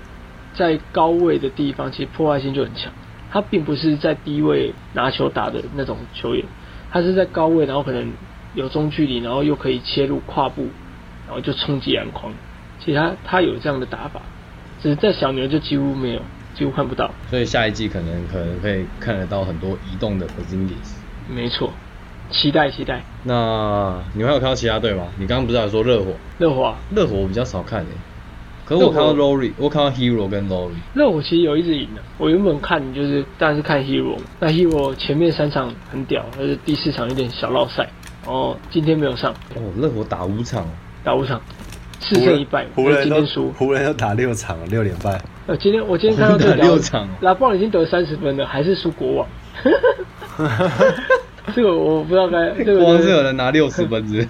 在高位的地方，其实破坏性就很强。他并不是在低位拿球打的那种球员，他是在高位，然后可能有中距离，然后又可以切入跨步，然后就冲击篮筐。其实他他有这样的打法，只是在小牛就几乎没有，几乎看不到。所以下一季可能可能可以看得到很多移动的 p o z i n k i s 没错，期待期待。那你们还有看到其他队吗？你刚刚不是还说热火？热火、啊，热火我比较少看诶、可是我看到热 Rory，我看到 Hero 跟 Rory，热火其实有一直赢的。我原本看就是当然是看 Hero，嘛那 Hero 前面三场很屌，但是第四场有点小落赛，然后今天没有上，哦，热火打五场，打五场，四胜一败，湖我人今都天输。湖人都打六场，六连败。呃，今天我今天看到这个打六场哦拉布朗已经得三十分了，还是输国 王。 这个我不知道该，这 个光就是有人拿六十分子，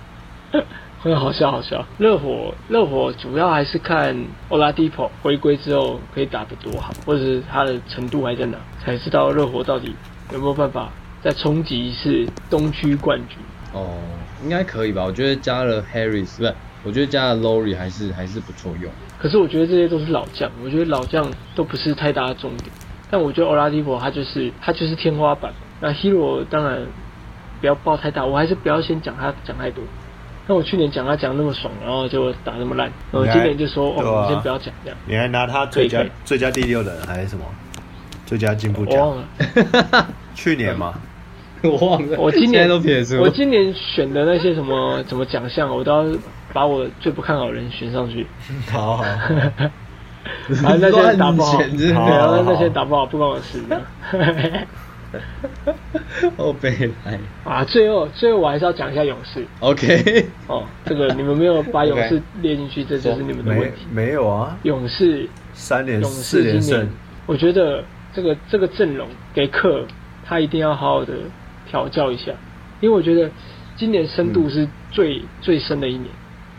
很嗯好笑，好笑。热火，热火主要还是看欧拉迪波回归之后可以打得多好，或者是他的程度还在哪，才知道热火到底有没有办法再冲击一次东区冠军。哦，应该可以吧？我觉得加了 Harris 不是，我觉得加了 Lowry 还是还是不错用。可是我觉得这些都是老将，我觉得老将都不是太大的重点。但我觉得欧拉迪波他就是他就是天花板。那 Hero 当然不要抱太大，我还是不要先讲他讲太多。那我去年讲他讲那么爽，然后就打那么烂，我你还今年就说哦，对啊我们先不要讲这样，你还拿他最佳可以可以最佳第六人还是什么？最佳进步我忘奖？了。去年嘛，我忘了，我今现在年都撇除 我。今年选的那些什么什么奖项，我都要把我最不看好的人选上 去， 好 好，然后那些人打不好，乱选真的 对然后那些人打不好不关我事。后备来 啊，最后最后我还是要讲一下勇士，OK，哦，这个你们没有把勇士 OK 列进去，这就是你们的问没题。没有啊，勇士三连勇四士连今胜年，，我觉得这个这个阵容给克他一定要好好的调教一下，因为我觉得今年深嗯度是最、最深的一年，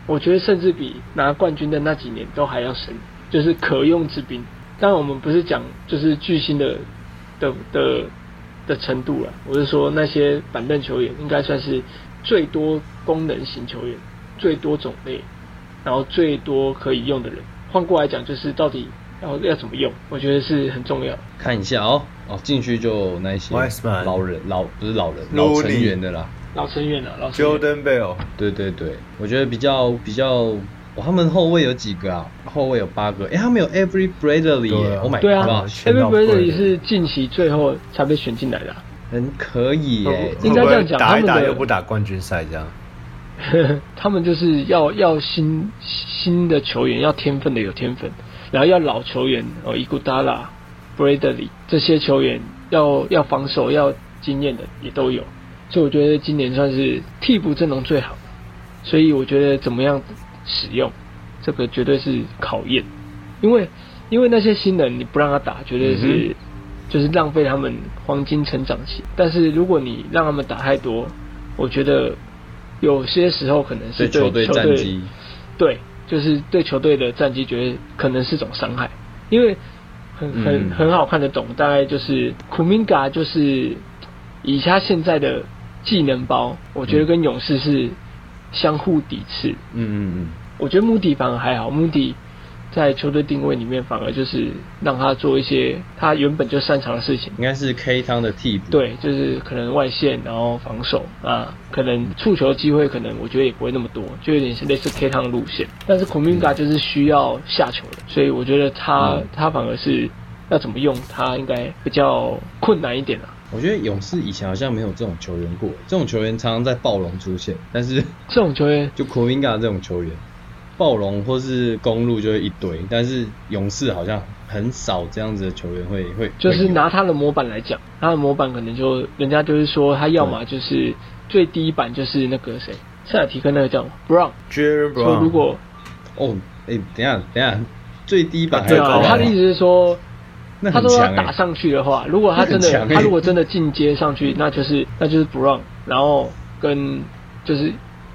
我觉得甚至比拿冠军的那几年都还要深，就是可用之兵。当然我们不是讲就是巨星的的的的程度了，我是说那些板凳球员应该算是最多功能型球员，最多种类，然后最多可以用的人。换过来讲，就是到底要要怎么用，我觉得是很重要。看一下哦，哦，进去就那一些 Wiseman 老人老不是老人老 Lowry 成员的啦，老成员了，老成员 Jordan Bell 对对对，我觉得比较比较，哇，他们后卫有几个啊？后卫有八个，哎，他们有 Every Bradley 对耶啊，Oh my 对啊 god，选到，Every 贵的 Bradley 是近期最后才被选进来的啊、很可以耶，哦应该这样讲打一他打们的又不打冠军赛这样， 他们就是要要新新的球员，要天分的有天分，然后要老球员哦，伊古达拉、Bradley 这些球员要要防守要经验的也都有，所以我觉得今年算是替补阵容最好，所以我觉得怎么样使用这个绝对是考验，因为因为那些新人你不让他打，绝对是、就是浪费他们黄金成长期，但是如果你让他们打太多，我觉得有些时候可能是对对球队战绩，对，就是对球队的战绩，觉得可能是种伤害，因为很很、嗯很好看得懂，大概就是库明嘎就是以他现在的技能包，我觉得跟勇士是相互抵制。嗯嗯我觉得穆迪反而还好，穆迪在球队定位里面反而就是让他做一些他原本就擅长的事情嗯，，应该是 K 汤的替补，对，就是可能外线，然后防守啊，可能触球机会，可能我觉得也不会那么多，就有点是类似 K 汤路线。但是 Kuminga 就是需要下球的，所以我觉得他、嗯他反而是要怎么用他应该比较困难一点啊。我觉得勇士以前好像没有这种球员过，这种球员常常在暴龙出现，但是 这种球员就 k u m i n g a 这种球员，暴龙或是公路就会一堆，但是勇士好像很少这样子的球员会会，就是会有拿他的模板来讲，他的模板可能就人家就是说他要么就是最低版就是那个谁塞尔提克那个叫什么 Brown， Jalen 说 Brown，如果哦，哎、等一下等一下，最低版啊还对有最高高啊，版他的意思是说。那他很说要强打哎、上去的话，如果他真的、那很强欸他如果真的进阶上去，那就是那就是 Brown，然后跟就是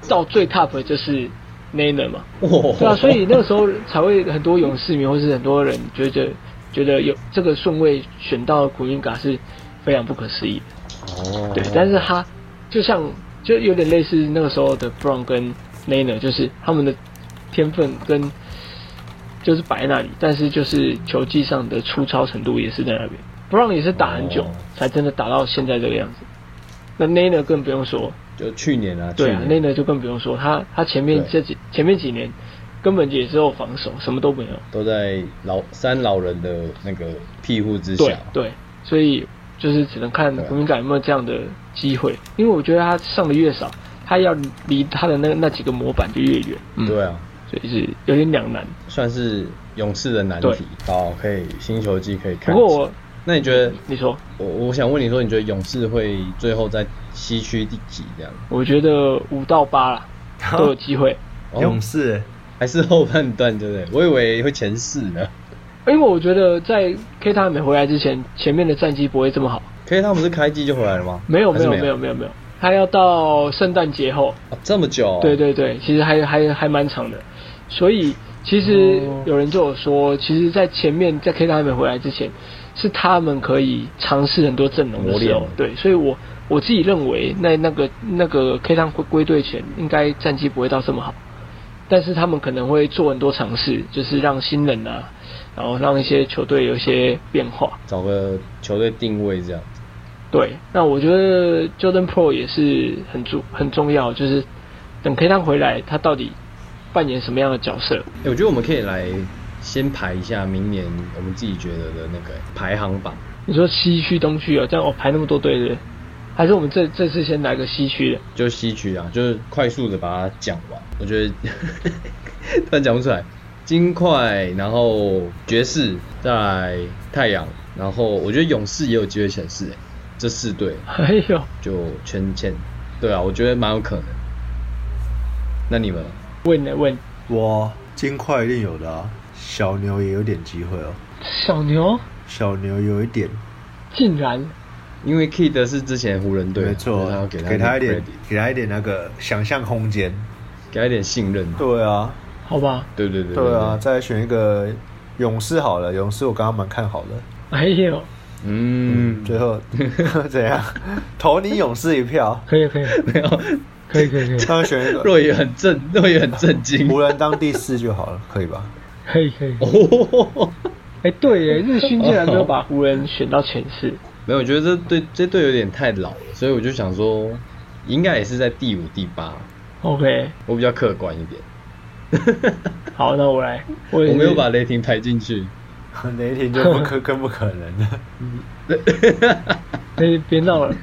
到最 top 的就是 Naner 嘛，哇对啊，所以那个时候才会很多勇士迷或是很多人觉得觉得有这个顺位选到古云嘎是非常不可思议的。哦，对，但是他就像就有点类似那个时候的 Brown 跟 Naner，就是他们的天分跟就是摆在那里，但是就是球技上的粗糙程度也是在那边。Brown 也是打很久、哦才真的打到现在这个样子，那 Naner 更不用说，就去年啊，对啊去年，Naner 就更不用说，他他前面对这几前面几年根本也只有防守，什么都没有。都在老三老人的那个庇护之对下，对，所以就是只能看对啊国民党有没有这样的机会，因为我觉得他上的越少，他要离他的那那几个模板就越远，嗯，对啊，所以是有点两难。算是勇士的难对题。好，可以新球季可以不看。过我那你觉得你说，我我想问你说，你觉得勇士会最后在西区第几这样？我觉得五到八啦都有机会，哦勇士还是后半段，对不对？我以为会前四呢。因为我觉得在 K 他还没回来之前，前面的战绩不会这么好。可以，他们是开季就回来了吗？没有还是没有没没有没有没有，他要到圣诞节后，哦这么久、对，对对，其实还还还蛮长的，所以其实哦有人就有说，其实，在前面在 K 他还没回来之前，是他们可以尝试很多阵容的磨时候练，哦对，所以我我自己认为，那那个那个 K 他归归队前，应该战绩不会到这么好，但是他们可能会做很多尝试，就是让新人啊，然后让一些球队有一些变化，找个球队定位这样。对，那我觉得 Jordan Pro 也是很重很重要，就是等 K 他回来，他到底扮演什么样的角色？哎、我觉得我们可以来先排一下明年我们自己觉得的那个排行榜。你说西区、东区哦，这样我、哦、排那么多队的，还是我们这这次先来个西区的？就西区啊，就是快速的把它讲完。我觉得嗯突然讲不出来，金块，然后爵士，再来太阳，然后我觉得勇士也有机会前四、欸。这四队哎呦，就圈欠，对啊，我觉得蛮有可能。那你们问呢问，我金块一定有的啊，小牛也有点机会哦。小牛小牛有一点，竟然因为 Kid 是之前湖人队啊，没所以他要错，给给他一一点 credit，给他一点那个想象空间。给他一点信任。对啊，好吧，对对对对啊，，再选一个勇士好了，勇士我刚刚蛮看好的。哎呦，嗯，最 后怎样？投你勇士一 票，可以可以没有，可以可以可以他们选一个若也很震，若也很震惊。湖人当第四就好了，可以吧？可以可以， 哦，哎对耶，日勋竟然没有把湖人选到前四，没有，我觉得这对这队有点太老了，所以我就想说，应该也是在第五、第八， OK，我比较客观一点。好，那我来，我也我是没有把雷霆排进去， 雷霆就不 可更不可能了。哎别闹了，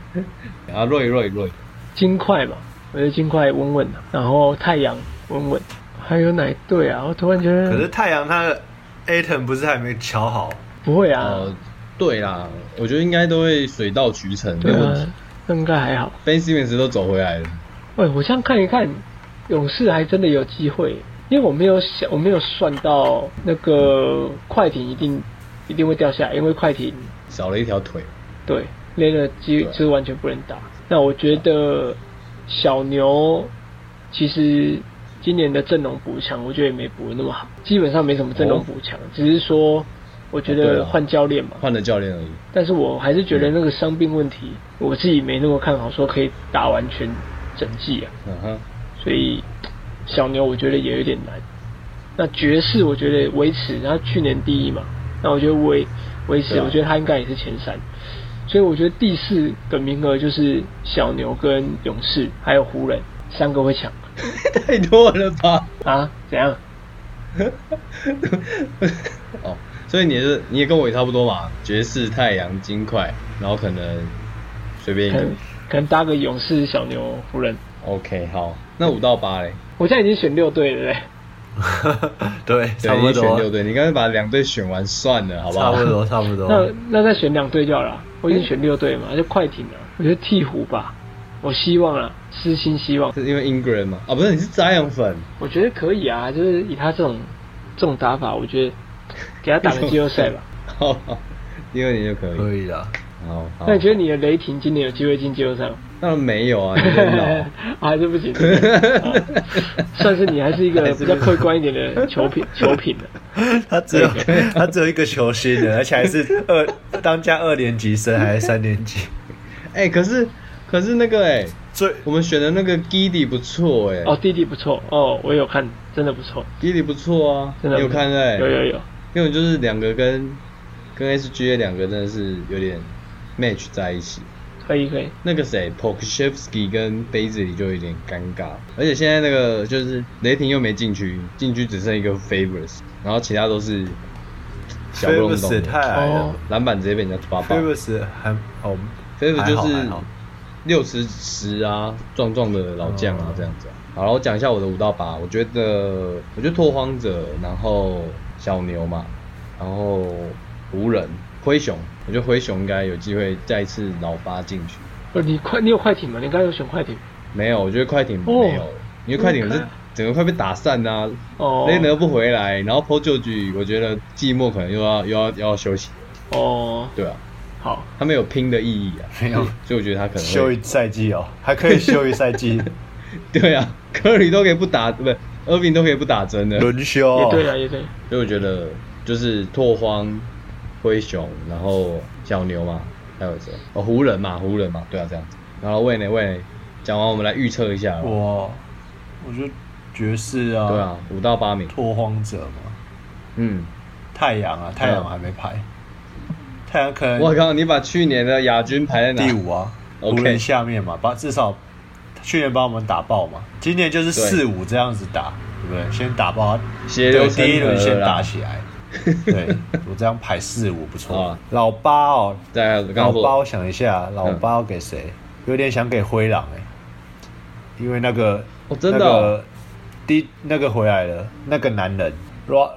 啊，瑞瑞瑞，金块嘛，我觉得金块稳稳的，然后太阳稳稳，还有哪一队啊？我突然觉可是得太阳他的 Aton 不是还没瞧好？ 不会啊呃，，对啦，我觉得应该都会水到渠成，没对问题啊。，那应该还好。 Ben Simmons 都走回来了，喂，我这样看一看，勇士还真的有机会，因为我没有想，我没有算到那个快艇一定一定会掉下来，因为快艇少了一条腿。对勒了几对就是完全不能打。那我觉得小牛其实今年的阵容补强，我觉得也没补得那么好，基本上没什么阵容补强，只是说我觉哦哦对得啊嗯换教练嘛。换了教练而已。但是我还是觉得那个伤病问题，我自己没那么看好，说可以打完全整季啊。嗯哼，所以小牛我觉得也有点难。那爵士我觉得维持，然后去年第一嘛，那我觉得维维持，对啊我觉得他应该也是前三。所以我觉得第四个名额就是小牛跟勇士，还有湖人三个会抢太多了吧？啊？怎样？ 哦，所以你也是你也跟我也差不多嘛，爵士、太阳、金块，然后可能随便一可个能。可能搭个勇士、小牛、湖人。 OK，好，那五到八嘞？我现在已经选六队了嘞，对，差对，不你选六多，队，你刚才把两队选完算了，好不差好？不 多，差哦不多那。那再选两队就好了。我已经选六队嘛，就快艇了。我觉得鹈鹕吧，我希望啊，私心希望。 是因为 Ingram 嘛？啊，不是，你是 Zion 粉， 我觉得可以啊，就是以他这种这种打法，我觉得给他打个季后 赛吧。好，好第二年就可可以。以啦，好，好那你觉得你的雷霆今年有机会进季后赛吗？当然没有啊，你很 老。还是不行、啊算是你还是一个比较客观一点的 球品球品的、他只有 他只有一个球星的，而且还是二当家二年级生还是三年级，哎、可是可是那个哎、最我们选的那个 Giddy 不错哎、哦，弟弟不错哦，我有看，真的不错， Giddy 不错啊，真你的有不错看对不有对？有有，因为我就是两个跟跟 SGA 两个真的是有点 match 在一起。可以可以，那个谁 p o k s h e v s k y 跟杯子里就有点尴尬，而且现在那个就是雷霆又没禁区，禁区只剩一个 Favors，然后其他都是小不隆 Favors 也咚太的，矮了哦篮板直接被人家抓爆。 ，Favors 还哦 Favors 还就好是还好六十十啊，壮壮的老将啊哦这样子啊、好了，我讲一下我的五到八，我觉得我觉得拓荒者，然后小牛嘛，然后湖人、灰熊，我觉得灰熊应该有机会再一次老八进去。不哦是你快你有快艇吗？你刚才有选快艇没有，我觉得快艇哦没有，因为快艇嗯是整个快被打散呐、哦雷德不回来，然后 p o 旧局，我觉得寂寞可能又要又要又要休息，哦，对啊，好，他没有拼的意义啊，没有所以我觉得他可能休会一，赛季哦，还可以休一赛季， 对啊，科里都可以不打，不，厄宾都可以不打针的，所轮休哦也啊对了啊也 对了，以我觉得就是拓荒、灰熊，然后小牛嘛，还有谁？哦，湖人嘛，湖人嘛，对啊，这样子。然后魏磊魏磊，讲完我们来预测一下吧，我我觉得爵士啊，对啊，，五到八名，拓荒者嘛，嗯。太阳啊，太阳还没排，太阳可我能靠，你把去年的亚军排在哪？第。五啊，湖 OK 人下面嘛，把至少去年把我们打爆嘛，今年就是对四五这样子打，对不对？先打爆，斜流对，成第一轮河先啦打起来。对 我这样排四五不好错啊。老八哦，大家刚刚老八，说我想一下，老八要给谁？有点想给灰狼哎、因为那个哦真的哦那个第那个回来了，那个男人 Ru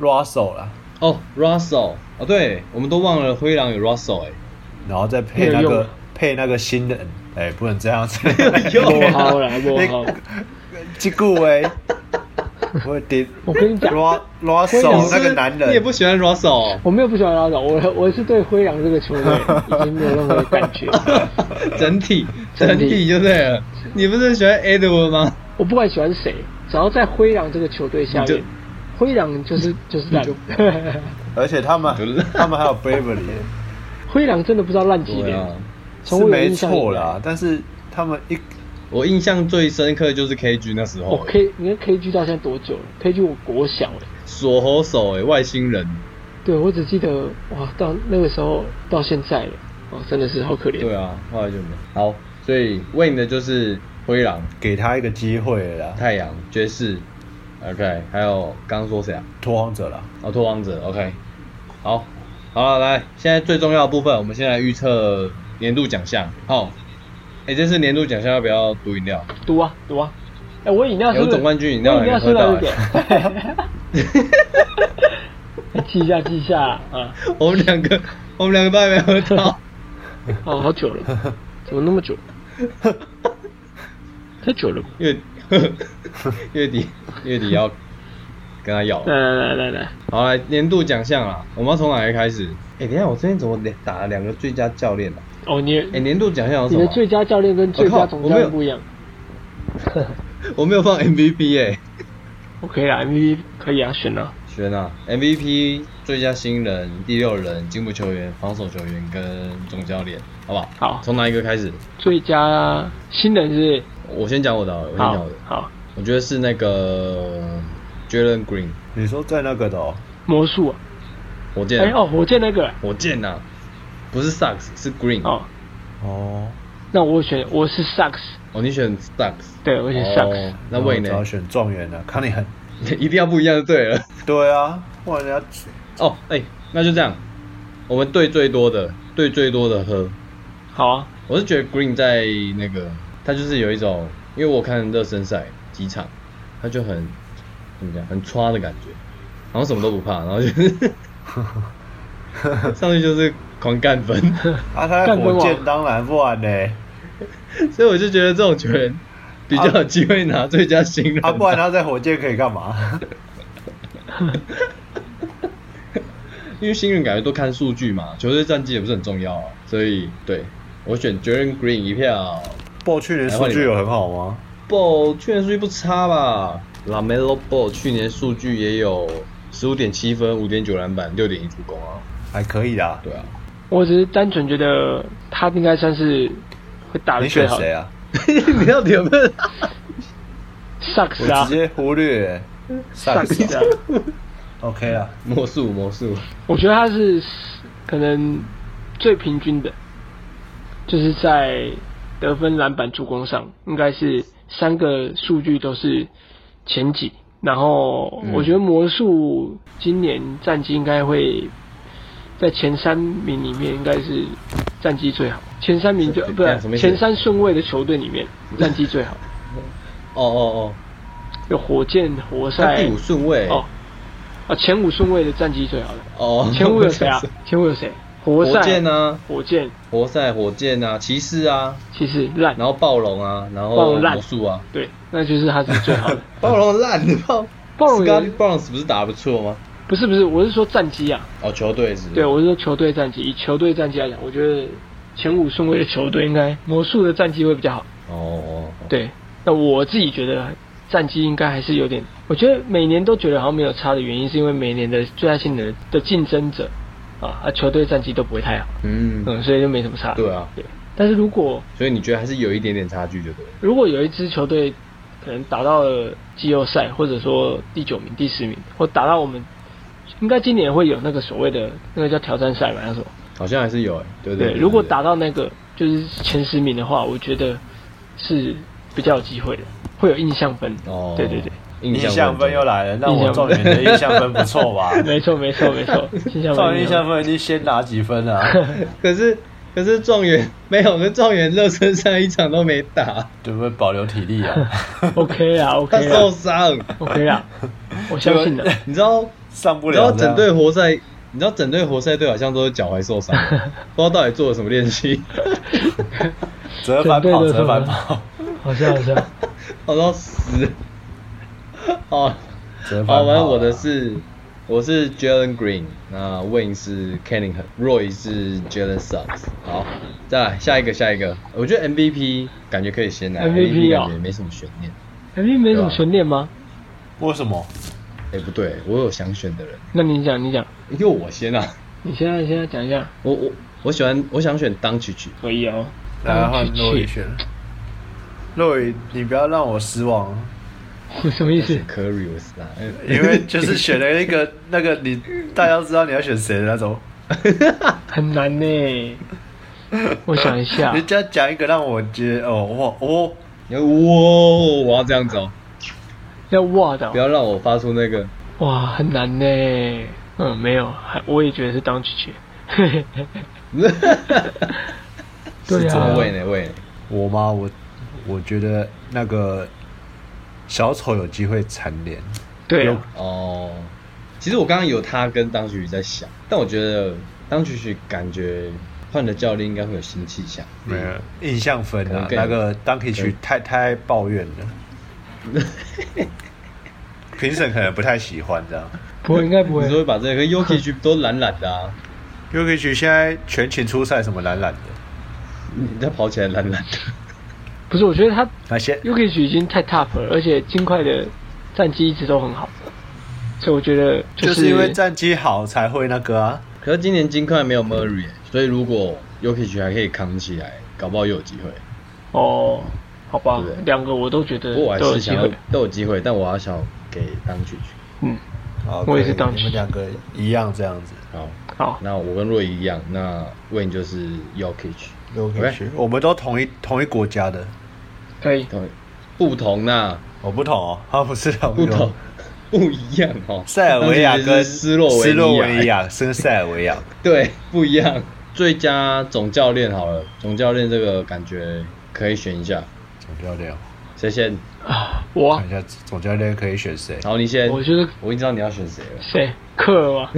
Russell 啦， 哦，Russell，哦，对，我们都忘了灰狼有 Russell 哎、然后再配没那有个用配那个新人，哎、不能这样子。不好啦，不好。 这句喂，我点 我跟你讲，拉拉手我跟你那是不个是男人，你也不喜欢 Russell， 我没有不喜欢拉倒，我我是对灰狼这个球员已经没有任何感 觉。整体整整体体就对了。你不是喜欢 Edward 吗？我不管喜欢谁，只要在灰狼这个球队下你就面，灰狼就是就是 烂。而且他们不是他们还有 Beverly，灰狼真的不知道烂几对年，啊，从是我有没印象以错来啦，但是他们一我印象最深刻就是 KG 那时我候，哦哎 K，你看 KG 到现在多久了？KG 我国小哎、锁喉手哎，外星人。对我只记得哇，到那个时候到现在了，哦，真的是好可怜。对啊，后来就没有好，所以 Win 的就是灰狼、给他一个机会了啦，太阳、爵士，OK，还有刚刚说谁啊？拓荒者啦，哦，拓王者，OK，好，好了，来，现在最重要的部分，我们先来预测年度奖项。好，哎、这次年度奖项要不要读饮料？ 赌啊赌啊！哎、我饮料是不有是总冠军饮料我饮啊料还没说喝到到这 个，哎记一下记一下啊！我们两个，我们两个都还没喝到。哦，好久了，怎么那么久？太久了吧。月 月底月底要跟他要。来来来来来，好，来年度奖项啦，我们要从哪里开始？哎、等一下，我这边怎么连打了两个最佳教练啊？哦，你哎、年度奖项有什你么的啊？最佳教练跟最佳总教练不一样。我没有放 MVP 哎、 OK 啦，MVP 可以啊，选了。选啊，MVP 最佳新人、第六人、进步球员、防守球员跟总教练，好不好？好从哪一个开始？最佳新人是我先讲我的好了，我先不是好讲我的，好我觉得是那个 Jalen Green，你说在那个的哦，魔术、啊。火哎、箭，哦，火箭那个啊火箭呐、啊，不是 Sucks，是 Green。哦，哦，那我选我是 Sucks，哦，你选 Sucks，对我选 Sucks，、哦、那魏只呢？要选状元了，看你很， 一定要不一样就对了。对啊，不然人家哦，哎、那就这样，我们对最多的，对最多的喝。好啊，我是觉得 Green 在那个，他就是有一种，因为我看热身赛几场，他就很怎么讲，很抓的感觉，然后什么都不怕，然后 就是上去就是狂干 分，啊，他在干跟火我箭当然不然呢，所以我就觉得这种球员比较有机会拿最佳新人。啊，不然他在火箭可以干嘛？因为新人感觉都看数据嘛，球队战绩也不是很重要啊，所以对我选 Jalen Green 一票。报去年数据有很好吗？ Ball 去年数据不差吧？Lamelo Ball 去年数据也有十五点七分、五点九篮板、六点一助攻啊。还可以啦。 对啊，我只是单纯觉得他应该算是会打的你最选好谁的啊？你到底有没有？ Sucks 我啊直接忽略上手。 ，Sucks 啊， OK 啦， 魔术，魔术，我觉得他是可能最平均的，就是在得分、篮板、助攻上，应该是三个数据都是前几。然后嗯我觉得魔术今年战绩应该会在前三名里面，应该是战绩最好，前三名就这不这样什么意是思前三顺位的球队里面战绩最好，哦哦哦，有火箭、活他塞第五顺位哦，啊前五顺位的战绩最好的。哦，前五有谁 啊？前五有谁？活塞、火箭啊，火箭活塞、火箭啊，骑士啊，其实烂，然后暴龙啊，然暴后龙烂魔术啊，对，那就是他是最好 的。暴龙烂，你暴暴龙 s 也 c o t t Barnes 不是打得不错吗？不是不是，我是说战绩啊，哦，球队是不是对我是说球队战绩，以球队战绩来讲，我觉得前五顺位的球队应该魔术的战绩会比较好。哦哦，哦，对，那我自己觉得战绩应该还是有点，我觉得每年都觉得好像没有差的原因，是因为每年的最佳新人的竞争者啊，啊球队战绩都不会太好，嗯，嗯，所以就没什么差。对啊，对，但是如果所以你觉得还是有一点点差距，就对了。如果有一支球队可能打到了季后赛，或者说第九名、第十名，或打到我们，应该今年会有那个所谓的那个叫挑战赛吧，那什么？好像还是有哎、对对对，如果打到那个就是前十名的话，我觉得是比较有机会的，会有印象分。哦，对对对，，印印象分又来。来了，那印我象分状元的印象分不错吧？没错没错没错，印象状分元印象分已经先拿几分了啊？可是可是状元没有，那状元热身赛一场都没打，准备保留体力啊？ OK 啦他 OK 受啦伤。 OK 啦，我相信的。你知道 上不你知道了这样。啊整队活塞你知道整队活塞队好像都是脚踝受 伤，不知道到底做了什么练习， 折返跑，整队都折返这么跑， 好像好 像，好到死。 哦，折返跑啊。好，反正我的是我是 Jalen Green，那 Win 是 Cunningham，Roy 是 Jalen Suggs。好，再来下一个下一个，我觉得 MVP 感觉可以先来 MVP 哦感觉没什么悬念。肯定哎没什么悬念吗？为什么？哎、不对，我有想选的人，那你讲，你讲，因为我先啊，你现在现在讲一下，我我我喜欢我想选当曲曲，可以哦。来换去洛宇去选。洛宇，你不要让我失望，我 什么意思选？Curry 我是啊，因为就是选了一个那个你大家都知道你要选谁的那种。很 难呢。我想一下人，家讲一个让我觉得哦，我我你要哇，我要这样子哦，要哇的不要让我发出那个哇，很难呢。嗯，没有，还我也觉得是当曲 曲。啊对是啊这，喂呢喂呢，我吗？我我觉得那个小丑有机会蝉联，对啊，哦，其实我刚刚有他跟当曲曲在想，但我觉得当曲曲感觉换了教练应该会有新气象，没有印象分可啊能，更那个 Donkey 对曲太太抱怨了，评审可能不太喜欢这样。不会，应该不你会说。会把这个 Yuki 曲都懒懒的啊， Yuki 曲现在全勤出赛什么懒懒的，你再跑起来懒懒的，不是，我觉得他那些 u k i 已经太 tough 了，而且金块的战绩一直都很好，所以我觉得 就是是因为战绩好才会那个啊。可是今年金块没有 Murray，所以如果 Yuki 曲还可以扛起来，搞不好又有机会。哦，好吧对，两个我都觉得不过我还都有是机想要会。都有机会，但我要想给当曲曲。嗯，好我也是可以当哦你们两个一样这样子。好，好，那我跟若仪一样，那 Win 就是 Yokich， Yuki 曲，我们都同一同一国家的，可以。同不同呐、我不同哦， 他不是同不一国同。， 不一样哦。塞尔维亚当跟曲是斯洛斯维洛维亚，亚跟塞尔维亚， 对，不一样。最佳总教练好了，总教练这个感觉可以选一下，总教练哦，谁先？我啊看一下总教练可以选谁？好，你先。我觉得我已经知道你要选谁了。 谁克尔嘛，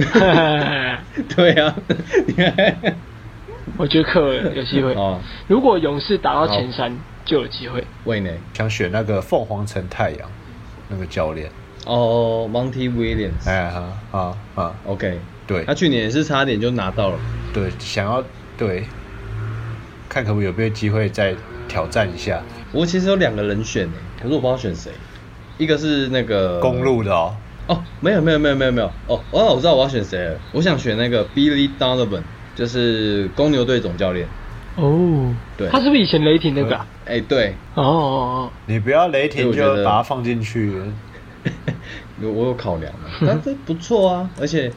对啊， 你看， 我觉得克尔有机会。哦，如果勇士打到前三，就有机会。魏呢？想选那个凤凰城太阳那个教练，哦，Monty Williams。哎哈啊啊， OK，对他去年也是差点就拿到了。对，想要对，看可不可以有没有机会再挑战一下我其实有两个人选诶，可是我不知道选谁。一个是那个公路的哦，哦，没有没有没有没有没有哦，哦，我知道我要选谁了，我想选那个 Billy Donovan，就是公牛队总教练。哦，对他是不是以前雷霆那个啊？哎、对，哦哦你不要雷所霆以哎我觉就得把它放进去，有我有考量 啊，但这不错啊，而且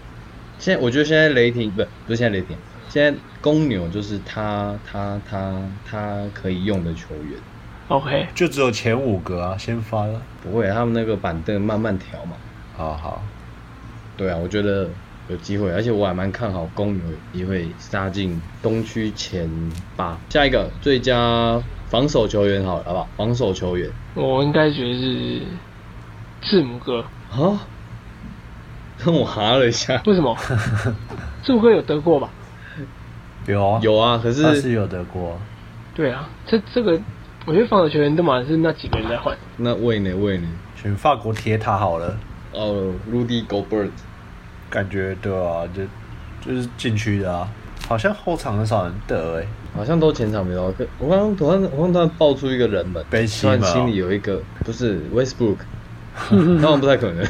现在我觉得现在雷霆不是不是现在雷霆，现在公牛就是他他他他可以用的球员，哦，OK，就只有前五个啊，先发了。不会他们那个板凳慢慢调嘛。好好，对啊，我觉得有机会，而且我还蛮看好公牛有机会杀进东区前八。下一个最佳防守球员好了，好不好？防守球员我应该觉得是字母哥。啊， 让我哈了一下。为什 么？字母哥有得过吧？有啊有啊，可他是是有德国，对啊，这这个我觉得防守球员都嘛是那几个人在换。那魏呢？魏呢？选法国铁塔好了。哦，Rudy Gobert，感觉对啊，就就是禁区的啊，好像后场很少人得哎、好像都前场没到。可我刚刚突然，我刚刚突然爆出一个人门，贝西突然吗心里有一个不是 Westbrook，当然不太可能。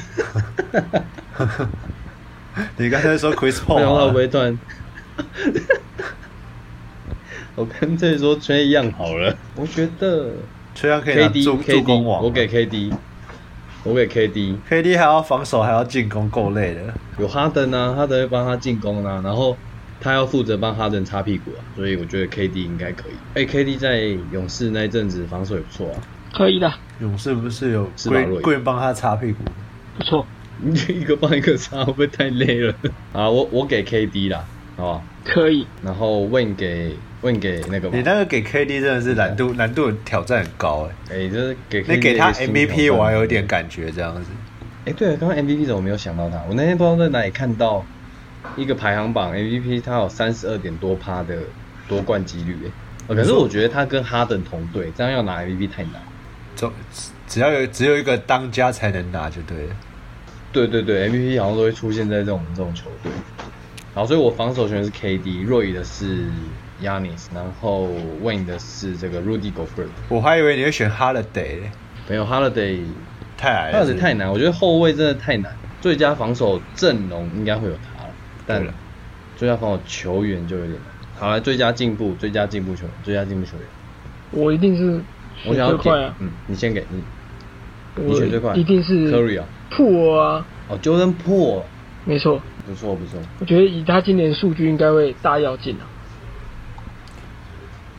你刚才说 Chris 我 Paul，想到啊、微段，我干脆说崔一样好了。我觉得虽然可以拿 KD 助助 KD，攻王啊，我给 KD，我给 KD， KD 还要防守还要进攻，够累的。有哈登啊，哈登会帮他进攻啊，然后他要负责帮哈登擦屁股啊，所以我觉得 KD 应该可以。哎、k d 在勇士那一阵子防守也不错啊， 可以的，勇士不是有是吧贵洛伊贵帮他擦屁股？不错，一个帮一个擦，会不会太累了？ 啊，我我给 KD 啦，好吧，可以。然后问给问给那个吧你，那个给 KD 真的是难度难度挑战很高哎、哎、就是给 KD 你给他那个新挑 MVP 战我还有点感觉这样子，啊哎、对了，刚刚 MVP 怎么没有想到他？我那天不知道在哪里看到一个排行榜 MVP，他有三十二点多趴的夺冠几率、欸呃可是我觉得他跟哈登同队，这样要拿 MVP 太难。总只只要有只有一个当家才能拿就对了。对对对，MVP 好像都会出现在这种这种球队。然后，所以我防守权是 KD，若雨的是 Yanis，然后 Wayne 的是这个 Rudy Gobert。我还以为你会选 Holiday，嘞没有 Holiday，太矮了 Holiday 是不是太难，我觉得后卫真的太难。最佳防守阵容应该会有他了，但对了啊最佳防守球员就有点难。好了，最佳进步，最佳进步球员，最佳进步球员，我一定是我选想最要给快啊，，嗯嗯，你先给你，你我选最快，一定是 Curry 啊，破啊，哦，Jordan Po，没错，不错不错，我觉得以他今年数据应该会大要进啊。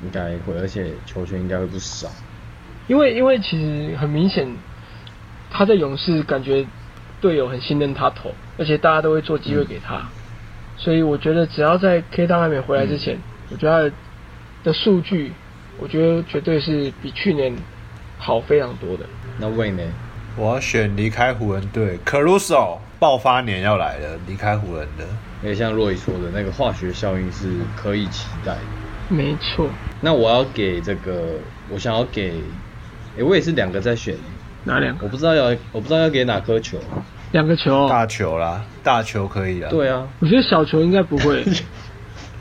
应该会，而且球权应该会不少。因为因为其实很明显，他在勇士感觉队友很信任他投，而且大家都会做机会给他，所以我觉得只要在 K 当还没回来之前，我觉得他的数据，我觉得绝对是比去年好非常多的。那 Wayne 呢？我要选离开湖人队，Caruso 爆发年要来了，离开湖人的。也像若雨说的那个化学效应是可以期待的。没错，那我要给这个，我想要给，诶、我也是两个在选，哪两个？我不知道要，我不知道要给哪颗球。两个球、哦。大球啦，大球可以啊，对，啊，我觉得小球应该不会。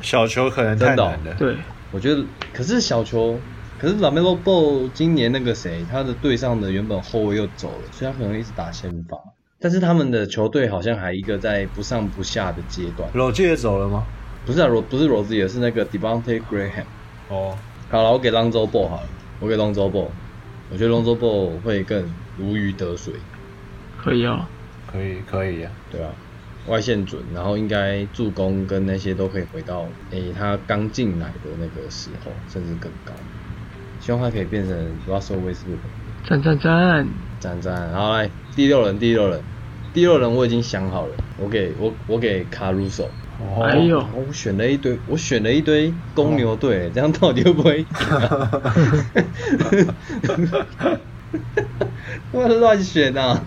小球可能太真的哦难了。对，我觉得，可是小球，可是 Lamelo Ball 今年那个谁，他的队上的原本后卫又走了，所以他可能一直打先发。但是他们的球队好像还一个在不上不下的阶段，老季也走了吗？不是啊，罗不是罗兹，也是那个 Devonte Graham。哦，好了，我给 Lonzo Ball 好了，我给 Lonzo Ball，我觉得 Lonzo Ball 会更如鱼得水，可以哦。可以，可以啊。对啊，外线准，然后应该助攻跟那些都可以回到诶、他刚进来的那个时候，甚至更高。希望他可以变成 Russell Westbrook。赞赞赞！赞赞，好来第六人，第六人，第六人我已经想好了，我给我我给 Caruso。哦哎呦然后我选了一堆，我选了一堆公牛队，这样到底会不会赢啊？ 我乱选啊！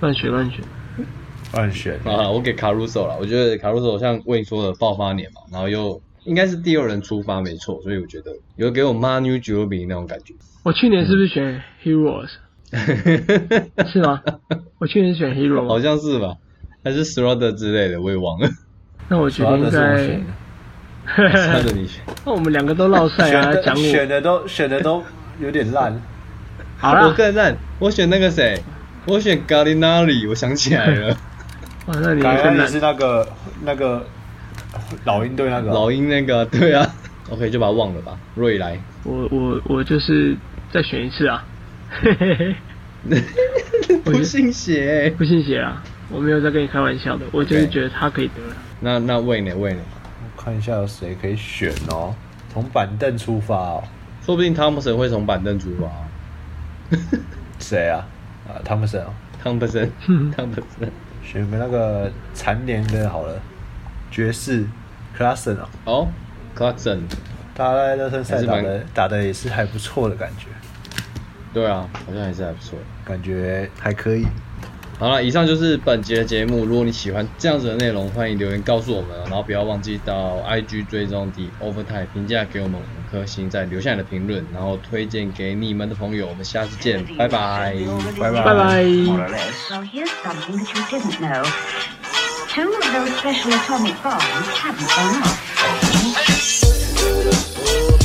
乱选乱选。乱选，好了，我给卡鲁索了。我觉得卡鲁索像魏说的爆发年嘛，然后又应该是第六人出发没错，所以我觉得有给我 Manu g i o b i 那种感觉。 我去年是不是选 Heroes？是吗？我去年是选 Hero 吗好像是吧？还是 s r o d e r 之类的，我也忘了。 那我主觉要的得应是我该选的。看着你选， 那我们两个都落赛选啊，讲的选我的都选的都有点烂，好我啦，更烂，我选那个谁，我选 Gallinari，我想起来 了，哇，那你感真觉的你是那个那个老鹰队那个老鹰那个，对啊，OK 就把它忘了吧，瑞 来，我我我就是再选一次啊， 不信邪、欸不信邪啊，我没有在跟你开玩笑的，我就是 OK 觉得他可以得了。那那魏呢？魏呢？我看一下有谁可以选哦，从板凳出发哦，说不定汤普森会从板凳出发、谁啊？啊，汤普森哦，汤普森，嗯汤普森。选个那个蝉联的好了，爵士 c l a s s e n 哦，哦 c l a r k s o n 大家在热身赛还是打蛮的打的也是还不错的感觉，对啊，好像还是还不错。感觉还可以。好了，以上就是本集的节目。如果你喜欢这样子的内容，欢迎留言告诉我们哦，然后不要忘记到 IG 追踪 The Overtime 评价给我们五颗星，再留下你的评论，然后推荐给你们的朋友。我们下次见，拜拜。拜拜拜拜。 More or less. Well, here's something that you didn't know. Two of those special atomic bombs haven't gone off.